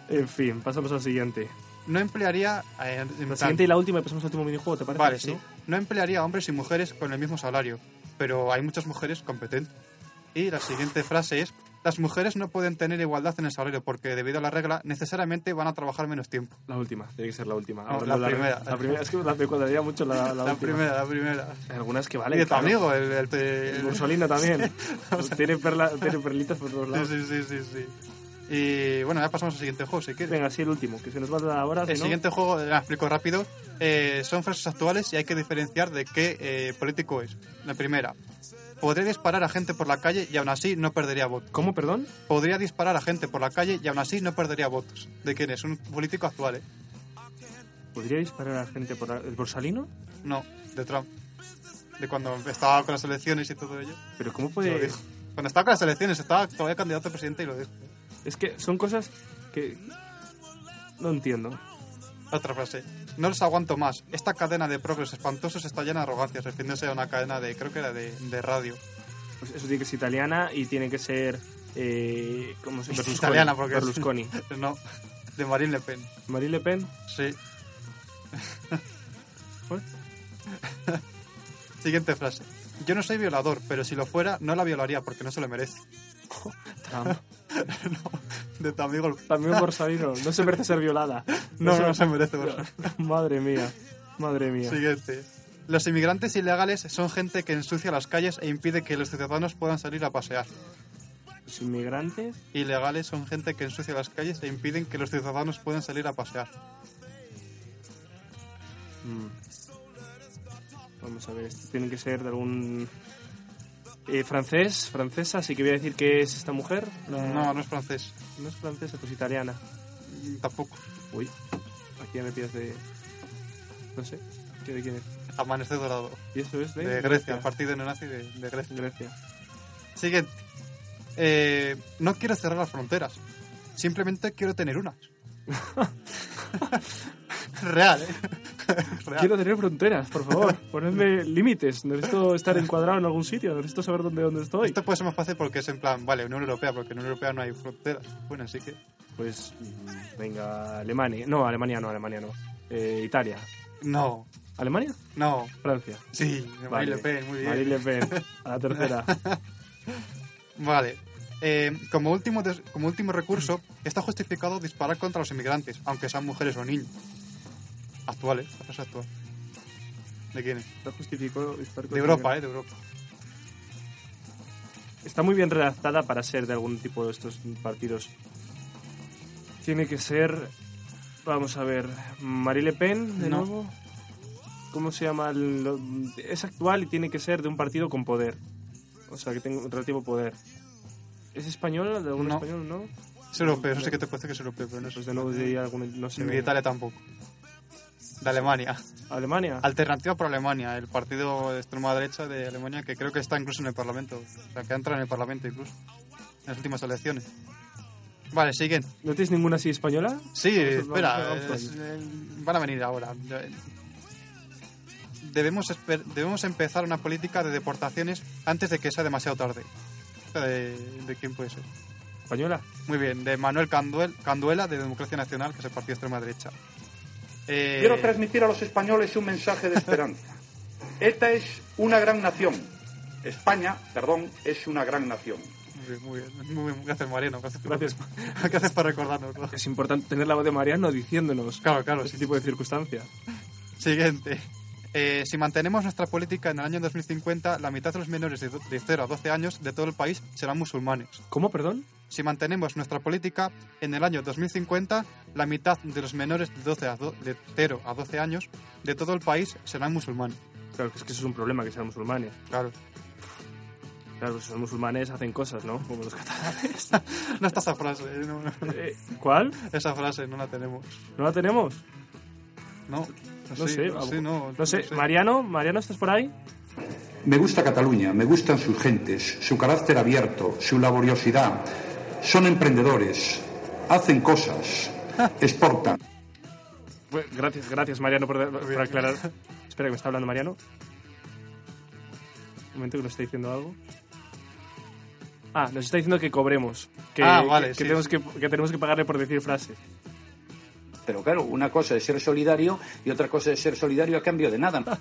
[SPEAKER 3] En fin, pasamos al siguiente.
[SPEAKER 1] No emplearía... eh, en
[SPEAKER 3] La
[SPEAKER 1] plan-
[SPEAKER 3] siguiente y la última y pasamos al último minijuego, ¿te parece?
[SPEAKER 1] Vale,
[SPEAKER 3] ¿No?
[SPEAKER 1] sí. No emplearía hombres y mujeres con el mismo salario, pero hay muchas mujeres competentes. Y la siguiente frase es, las mujeres no pueden tener igualdad en el salario porque debido a la regla necesariamente van a trabajar menos tiempo.
[SPEAKER 3] La última, tiene que ser la última.
[SPEAKER 1] No,
[SPEAKER 3] Hablando
[SPEAKER 1] la
[SPEAKER 3] de
[SPEAKER 1] primera.
[SPEAKER 3] La primera, es que la- me cuadraría mucho la, la,
[SPEAKER 1] La,
[SPEAKER 3] última.
[SPEAKER 1] primera, la primera.
[SPEAKER 3] Hay Algunas que
[SPEAKER 1] y
[SPEAKER 3] valen.
[SPEAKER 1] de tu
[SPEAKER 3] claro.
[SPEAKER 1] amigo, el... el- el-
[SPEAKER 3] El Ursolino también. Pues tiene, perla- tiene perlitas por todos lados.
[SPEAKER 1] sí, sí, sí, sí. Y bueno, ya pasamos al siguiente juego, si quieres.
[SPEAKER 3] Venga, sí, el último, que se nos va a dar ahora.
[SPEAKER 1] El
[SPEAKER 3] si no-
[SPEAKER 1] siguiente juego, la explico rápido, eh, son frases actuales y hay que diferenciar de qué eh, político es. La primera, podría disparar a gente por la calle y aún así no perdería votos.
[SPEAKER 3] ¿Cómo, perdón?
[SPEAKER 1] Podría disparar a gente por la calle y aún así no perdería votos. ¿De quién es? Un político actual, ¿eh?
[SPEAKER 3] ¿Podría disparar a la gente por la- el borsalino?
[SPEAKER 1] No, de Trump. De cuando estaba con las elecciones y todo ello.
[SPEAKER 3] Pero ¿cómo
[SPEAKER 1] Lo
[SPEAKER 3] puede...?
[SPEAKER 1] dijo. Cuando estaba con las elecciones, estaba todavía candidato a presidente y lo dijo.
[SPEAKER 3] Es que son cosas que... No entiendo.
[SPEAKER 1] Otra frase. No los aguanto más. Esta cadena de progres espantosos está llena de arrogancias, refiriéndose a una cadena de, creo que era de, de radio.
[SPEAKER 3] Pues eso tiene que ser italiana y tiene que ser... Eh, ¿Cómo se
[SPEAKER 1] Es
[SPEAKER 3] Berlusconi.
[SPEAKER 1] italiana porque es-
[SPEAKER 3] Berlusconi.
[SPEAKER 1] No, de Marine Le Pen.
[SPEAKER 3] Marie Le Pen.
[SPEAKER 1] Sí.
[SPEAKER 3] Bueno.
[SPEAKER 1] Siguiente frase. Yo no soy violador, pero si lo fuera, no la violaría porque no se lo merece.
[SPEAKER 3] Trump.
[SPEAKER 1] no, de tu amigo. el-
[SPEAKER 3] También borsalino. No se merece ser violada.
[SPEAKER 1] No,
[SPEAKER 3] se-
[SPEAKER 1] no, se merece. por favor.
[SPEAKER 3] Madre mía, madre mía.
[SPEAKER 1] Siguiente. Los inmigrantes ilegales son gente que ensucia las calles e impide que los ciudadanos puedan salir a pasear.
[SPEAKER 3] Los inmigrantes,
[SPEAKER 1] Ilegales son gente que ensucia las calles e impiden que los ciudadanos puedan salir a pasear. Mm.
[SPEAKER 3] vamos a ver, esto tiene que ser de algún eh, francés, francesa, así que voy a decir que es esta mujer. La-
[SPEAKER 1] No, no es francés.
[SPEAKER 3] no es francesa, pues italiana.
[SPEAKER 1] Mm, Tampoco.
[SPEAKER 3] Uy, aquí ya me pillas de... No sé, ¿qué de quién es?
[SPEAKER 1] Amanecer dorado.
[SPEAKER 3] Y eso es de,
[SPEAKER 1] De Grecia, el partido neonazi de, de Grecia.
[SPEAKER 3] Grecia.
[SPEAKER 1] Siguiente. Eh, no quiero cerrar las fronteras. Simplemente quiero tener una. Real, ¿eh? Real.
[SPEAKER 3] Quiero tener fronteras, por favor. Ponedme límites. Necesito estar encuadrado en algún sitio. Necesito saber dónde, dónde estoy.
[SPEAKER 1] Esto puede ser más fácil porque es en plan, vale, Unión Europea, porque en Unión Europea no hay fronteras. Bueno, así que...
[SPEAKER 3] Pues mm, venga, Alemania. No, Alemania no, Alemania no. Eh, Italia.
[SPEAKER 1] No,
[SPEAKER 3] ¿Alemania?
[SPEAKER 1] no.
[SPEAKER 3] Francia.
[SPEAKER 1] Sí, Marine Le Pen, muy bien.
[SPEAKER 3] Marine Le Pen, a la tercera.
[SPEAKER 1] Vale. Eh, como, último des- como último recurso, está justificado disparar contra los inmigrantes, aunque sean mujeres o niños. Actuales, la frase actual. ¿De quién es?
[SPEAKER 3] Lo justificó.
[SPEAKER 1] De Europa, ¿eh? De Europa.
[SPEAKER 3] está muy bien redactada para ser de algún tipo de estos partidos. Tiene que ser. Vamos a ver. Marie Le Pen, de
[SPEAKER 1] No.
[SPEAKER 3] nuevo. ¿Cómo se llama? el- lo- es actual y tiene que ser de un partido con poder. O sea, que tenga un relativo poder. ¿Es español? ¿De algún
[SPEAKER 1] No.
[SPEAKER 3] español? No.
[SPEAKER 1] Es europeo, no sé qué te parece que es europeo, pero no es
[SPEAKER 3] Pues de nuevo diría algún. No sé.
[SPEAKER 1] Ni de Italia tampoco. De Alemania.
[SPEAKER 3] Alemania.
[SPEAKER 1] Alternativa por Alemania, el partido de extrema derecha de Alemania que creo que está incluso en el Parlamento. O sea, que entra en el Parlamento incluso. En las últimas elecciones. Vale, siguen.
[SPEAKER 3] ¿No tienes ninguna así española?
[SPEAKER 1] Sí,
[SPEAKER 3] Vamos,
[SPEAKER 1] espera.
[SPEAKER 3] vamos, vamos.
[SPEAKER 1] es- eh, van a venir ahora. Debemos, esper- debemos empezar una política de deportaciones antes de que sea demasiado tarde. ¿De, de quién puede ser?
[SPEAKER 3] ¿Española?
[SPEAKER 1] Muy bien, de Manuel Canduel- Canduela, de Democracia Nacional, que es el partido de extrema derecha. Eh,
[SPEAKER 6] Quiero transmitir a los españoles un mensaje de esperanza. ETA es una gran nación. España, perdón, es una gran nación.
[SPEAKER 1] Muy bien, muy bien. Muy bien. Gracias, Mariano. Gracias. por-
[SPEAKER 3] Gracias.
[SPEAKER 1] Gracias por recordarnos.
[SPEAKER 3] Es importante tener la voz de Mariano diciéndonos
[SPEAKER 1] Claro, claro.
[SPEAKER 3] este
[SPEAKER 1] sí.
[SPEAKER 3] tipo de circunstancias.
[SPEAKER 1] Siguiente. Eh, si mantenemos nuestra política en el año 2050, la mitad de los menores de, do- de 0 a 12 años de todo el país serán musulmanes.
[SPEAKER 3] ¿Cómo, perdón?
[SPEAKER 1] Si mantenemos nuestra política en el año 2050, la mitad de los menores de, 12 a do- de 0 a 12 años de todo el país serán musulmanes.
[SPEAKER 3] Claro, que es que eso es un problema, que sean musulmanes.
[SPEAKER 1] Claro.
[SPEAKER 3] Claro, pues si son musulmanes, hacen cosas, ¿no? Como los catalanes.
[SPEAKER 1] No está esa frase. eh, no, no.
[SPEAKER 3] Eh, ¿Cuál?
[SPEAKER 1] Esa frase no la tenemos.
[SPEAKER 3] ¿No la tenemos?
[SPEAKER 1] No.
[SPEAKER 3] No
[SPEAKER 1] Sí,
[SPEAKER 3] sé.
[SPEAKER 1] sí,
[SPEAKER 3] algo-
[SPEAKER 1] no,
[SPEAKER 3] no sé. Mariano, Mariano, ¿estás por ahí?
[SPEAKER 7] Me gusta Cataluña, me gustan sus gentes, su carácter abierto, su laboriosidad. Son emprendedores, hacen cosas, exportan.
[SPEAKER 3] Bueno, Gracias, gracias, Mariano, por, por aclarar. Espera, que me está hablando Mariano. Un momento que nos está diciendo algo. Ah, nos está diciendo que cobremos. Que,
[SPEAKER 1] Ah, vale,
[SPEAKER 3] que,
[SPEAKER 1] sí,
[SPEAKER 3] tenemos
[SPEAKER 1] sí.
[SPEAKER 3] Que, que tenemos que pagarle por decir frases.
[SPEAKER 8] Pero claro, una cosa es ser solidario y otra cosa es ser solidario a cambio de
[SPEAKER 3] Ah,
[SPEAKER 8] nada.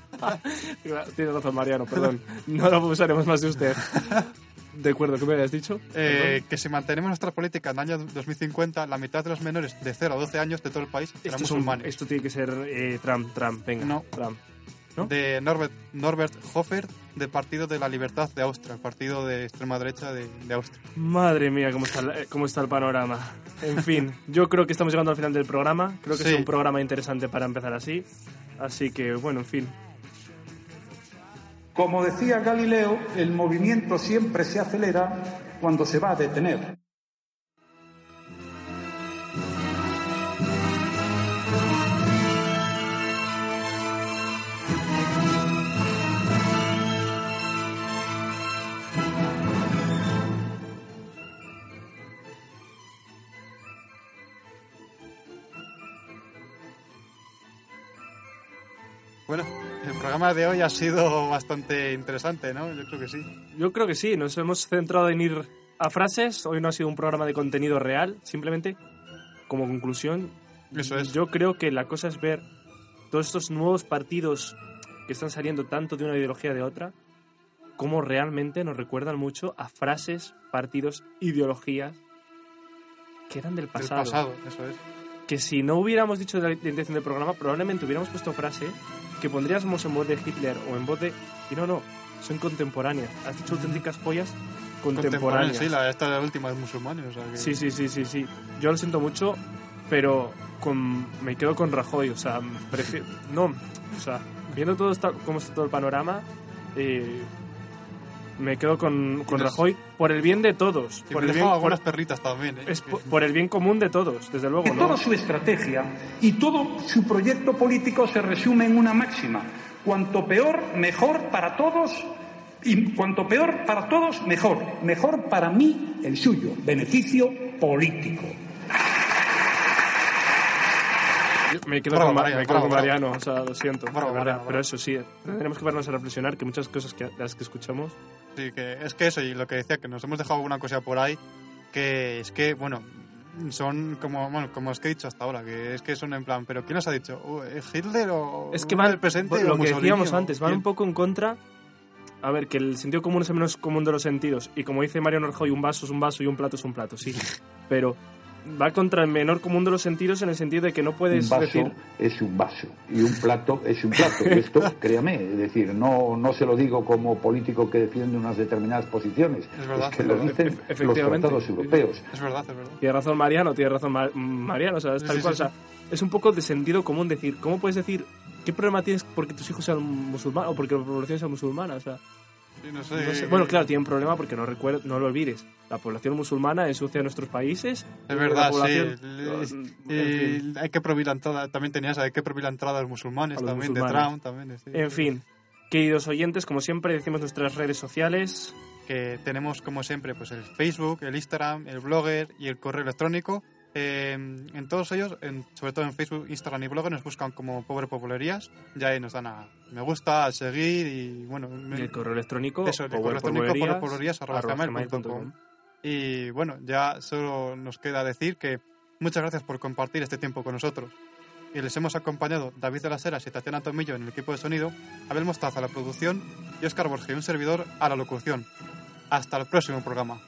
[SPEAKER 3] Tienes razón, Mariano, perdón. No lo usaremos más de usted. De acuerdo, ¿qué me habías dicho?
[SPEAKER 1] Eh, que si mantenemos nuestra política en el año 2050, la mitad de los menores de 0 a 12 años de todo el país
[SPEAKER 3] Perdón.
[SPEAKER 1] serán
[SPEAKER 3] esto, Este es un-
[SPEAKER 1] musulmanes.
[SPEAKER 3] esto tiene que ser eh, Trump, Trump, venga.
[SPEAKER 1] No.
[SPEAKER 3] Trump. ¿no?
[SPEAKER 1] De Norbert, Norbert Hofer, del Partido de la Libertad de Austria, el partido de extrema derecha de, de Austria.
[SPEAKER 3] Madre mía, cómo está, la- eh, cómo está el panorama. En fin, yo creo que estamos llegando al final del programa. Creo que
[SPEAKER 1] Sí.
[SPEAKER 3] es un programa interesante para empezar así. Así que, bueno, en fin.
[SPEAKER 7] Como decía Galileo, el movimiento siempre se acelera cuando se va a detener.
[SPEAKER 1] Bueno, el programa de hoy ha sido bastante interesante, ¿no? Yo creo que sí.
[SPEAKER 3] Yo creo que sí, nos hemos centrado en ir a frases. Hoy no ha sido un programa de contenido real. Simplemente, como conclusión,
[SPEAKER 1] Eso es.
[SPEAKER 3] yo creo que la cosa es ver todos estos nuevos partidos que están saliendo tanto de una ideología de otra, cómo realmente nos recuerdan mucho a frases, partidos, ideologías que eran del
[SPEAKER 1] Del
[SPEAKER 3] pasado.
[SPEAKER 1] pasado, eso es.
[SPEAKER 3] Que si no hubiéramos dicho la intención del programa, probablemente hubiéramos puesto frases que pondríamos en voz de Hitler o en voz de... Y no, no, son contemporáneas. Has dicho auténticas pollas
[SPEAKER 1] Contemporáneo,
[SPEAKER 3] contemporáneas.
[SPEAKER 1] sí, la, esta es la última de musulmanes. O sea que-
[SPEAKER 3] Sí, sí, sí, sí, sí. Yo lo siento mucho, pero con, me quedo con Rajoy. O sea, prefiero, no, o sea, viendo todo esta, cómo está todo el panorama, eh, me quedo con, con
[SPEAKER 1] Tienes-
[SPEAKER 3] Rajoy por el bien de todos.
[SPEAKER 1] Y
[SPEAKER 3] Por
[SPEAKER 1] me
[SPEAKER 3] el
[SPEAKER 1] dejó
[SPEAKER 3] bien,
[SPEAKER 1] algunas
[SPEAKER 3] por-
[SPEAKER 1] perritas también, ¿eh?
[SPEAKER 3] es por, por el bien común de todos, desde luego,
[SPEAKER 7] Que
[SPEAKER 3] ¿no?
[SPEAKER 7] toda su estrategia y todo su proyecto político se resume en una máxima. Cuanto peor, mejor para todos. Y cuanto peor para todos, mejor. Mejor para mí, el suyo. Beneficio político.
[SPEAKER 3] Yo Me quedo
[SPEAKER 1] Bravo,
[SPEAKER 3] con, Ma-
[SPEAKER 1] Mariano,
[SPEAKER 3] me quedo con
[SPEAKER 1] bravo, bravo.
[SPEAKER 3] Mariano, o sea, lo siento.
[SPEAKER 1] Bravo,
[SPEAKER 3] de verdad,
[SPEAKER 1] Mariano,
[SPEAKER 3] Pero
[SPEAKER 1] bravo.
[SPEAKER 3] eso sí, tendremos que vernos a reflexionar que muchas cosas que, de las que escuchamos
[SPEAKER 1] Sí, que es que eso, y lo que decía, que nos hemos dejado alguna cosa por ahí, que es que, bueno, son como, bueno, como es que he dicho hasta ahora, que es que son en plan, pero ¿quién nos ha dicho? Uh, ¿Hitler o
[SPEAKER 3] Es que
[SPEAKER 1] uno
[SPEAKER 3] van,
[SPEAKER 1] del presente o
[SPEAKER 3] lo que
[SPEAKER 1] Mussolini
[SPEAKER 3] decíamos
[SPEAKER 1] o
[SPEAKER 3] antes, van
[SPEAKER 1] quién?
[SPEAKER 3] un poco en contra. A ver, que el sentido común es el menos común de los sentidos. Y como dice Mariano Rajoy, un vaso es un vaso y un plato es un plato, sí. Pero va contra el menor común de los sentidos en el sentido de que no puedes
[SPEAKER 8] un vaso
[SPEAKER 3] decir...
[SPEAKER 8] es un vaso y un plato es un plato. Y esto, créame, es decir, no, no se lo digo como político que defiende unas determinadas posiciones.
[SPEAKER 1] Es verdad,
[SPEAKER 8] que lo
[SPEAKER 1] es verdad,
[SPEAKER 8] dicen
[SPEAKER 3] e-
[SPEAKER 8] los
[SPEAKER 3] efectivamente.
[SPEAKER 8] tratados europeos.
[SPEAKER 1] Es verdad, es verdad.
[SPEAKER 3] Tiene razón Mariano, tiene razón Ma- Mariano, o sea, es
[SPEAKER 1] Sí,
[SPEAKER 3] tal
[SPEAKER 1] sí,
[SPEAKER 3] cual,
[SPEAKER 1] sí,
[SPEAKER 3] o sea, es un poco de sentido común decir, ¿cómo puedes decir qué problema tienes porque tus hijos sean musulmanes o porque la población sea musulmana? O sea,
[SPEAKER 1] Sí, no
[SPEAKER 3] no
[SPEAKER 1] sé,
[SPEAKER 3] sé. Bueno, claro, tiene un problema porque no, recuer- no lo olvides, la población musulmana ensucia nuestros países.
[SPEAKER 1] Es
[SPEAKER 3] la
[SPEAKER 1] verdad,
[SPEAKER 3] población- mm,
[SPEAKER 1] sí.
[SPEAKER 3] En fin.
[SPEAKER 1] Y hay que prohibir la entrada, también tenías, hay que prohibir la entrada a los musulmanes,
[SPEAKER 3] A los
[SPEAKER 1] también de
[SPEAKER 3] musulmanes.
[SPEAKER 1] Trump, también. sí.
[SPEAKER 3] En fin, queridos oyentes, como siempre decimos nuestras redes sociales,
[SPEAKER 1] que tenemos como siempre pues el Facebook, el Instagram, el Blogger y el correo electrónico. Eh, en todos ellos, en- sobre todo en Facebook, Instagram y Blogger, nos buscan como Pobre Populerías. Ya ahí nos dan a me gusta, a seguir y bueno, me-
[SPEAKER 3] el correo electrónico,
[SPEAKER 1] eso, el correo electrónico
[SPEAKER 3] pobrepolerías,
[SPEAKER 1] pobrepolerías arroba
[SPEAKER 3] arroba
[SPEAKER 1] gmail punto
[SPEAKER 3] gmail
[SPEAKER 1] com.
[SPEAKER 3] punto
[SPEAKER 1] Y bueno, ya solo nos queda decir que muchas gracias por compartir este tiempo con nosotros. Y les hemos acompañado David de las Heras y Tatiana Tomillo en el equipo de sonido, Abel Mostaza a la producción y Óscar Borges, un servidor, a la locución. Hasta el próximo programa.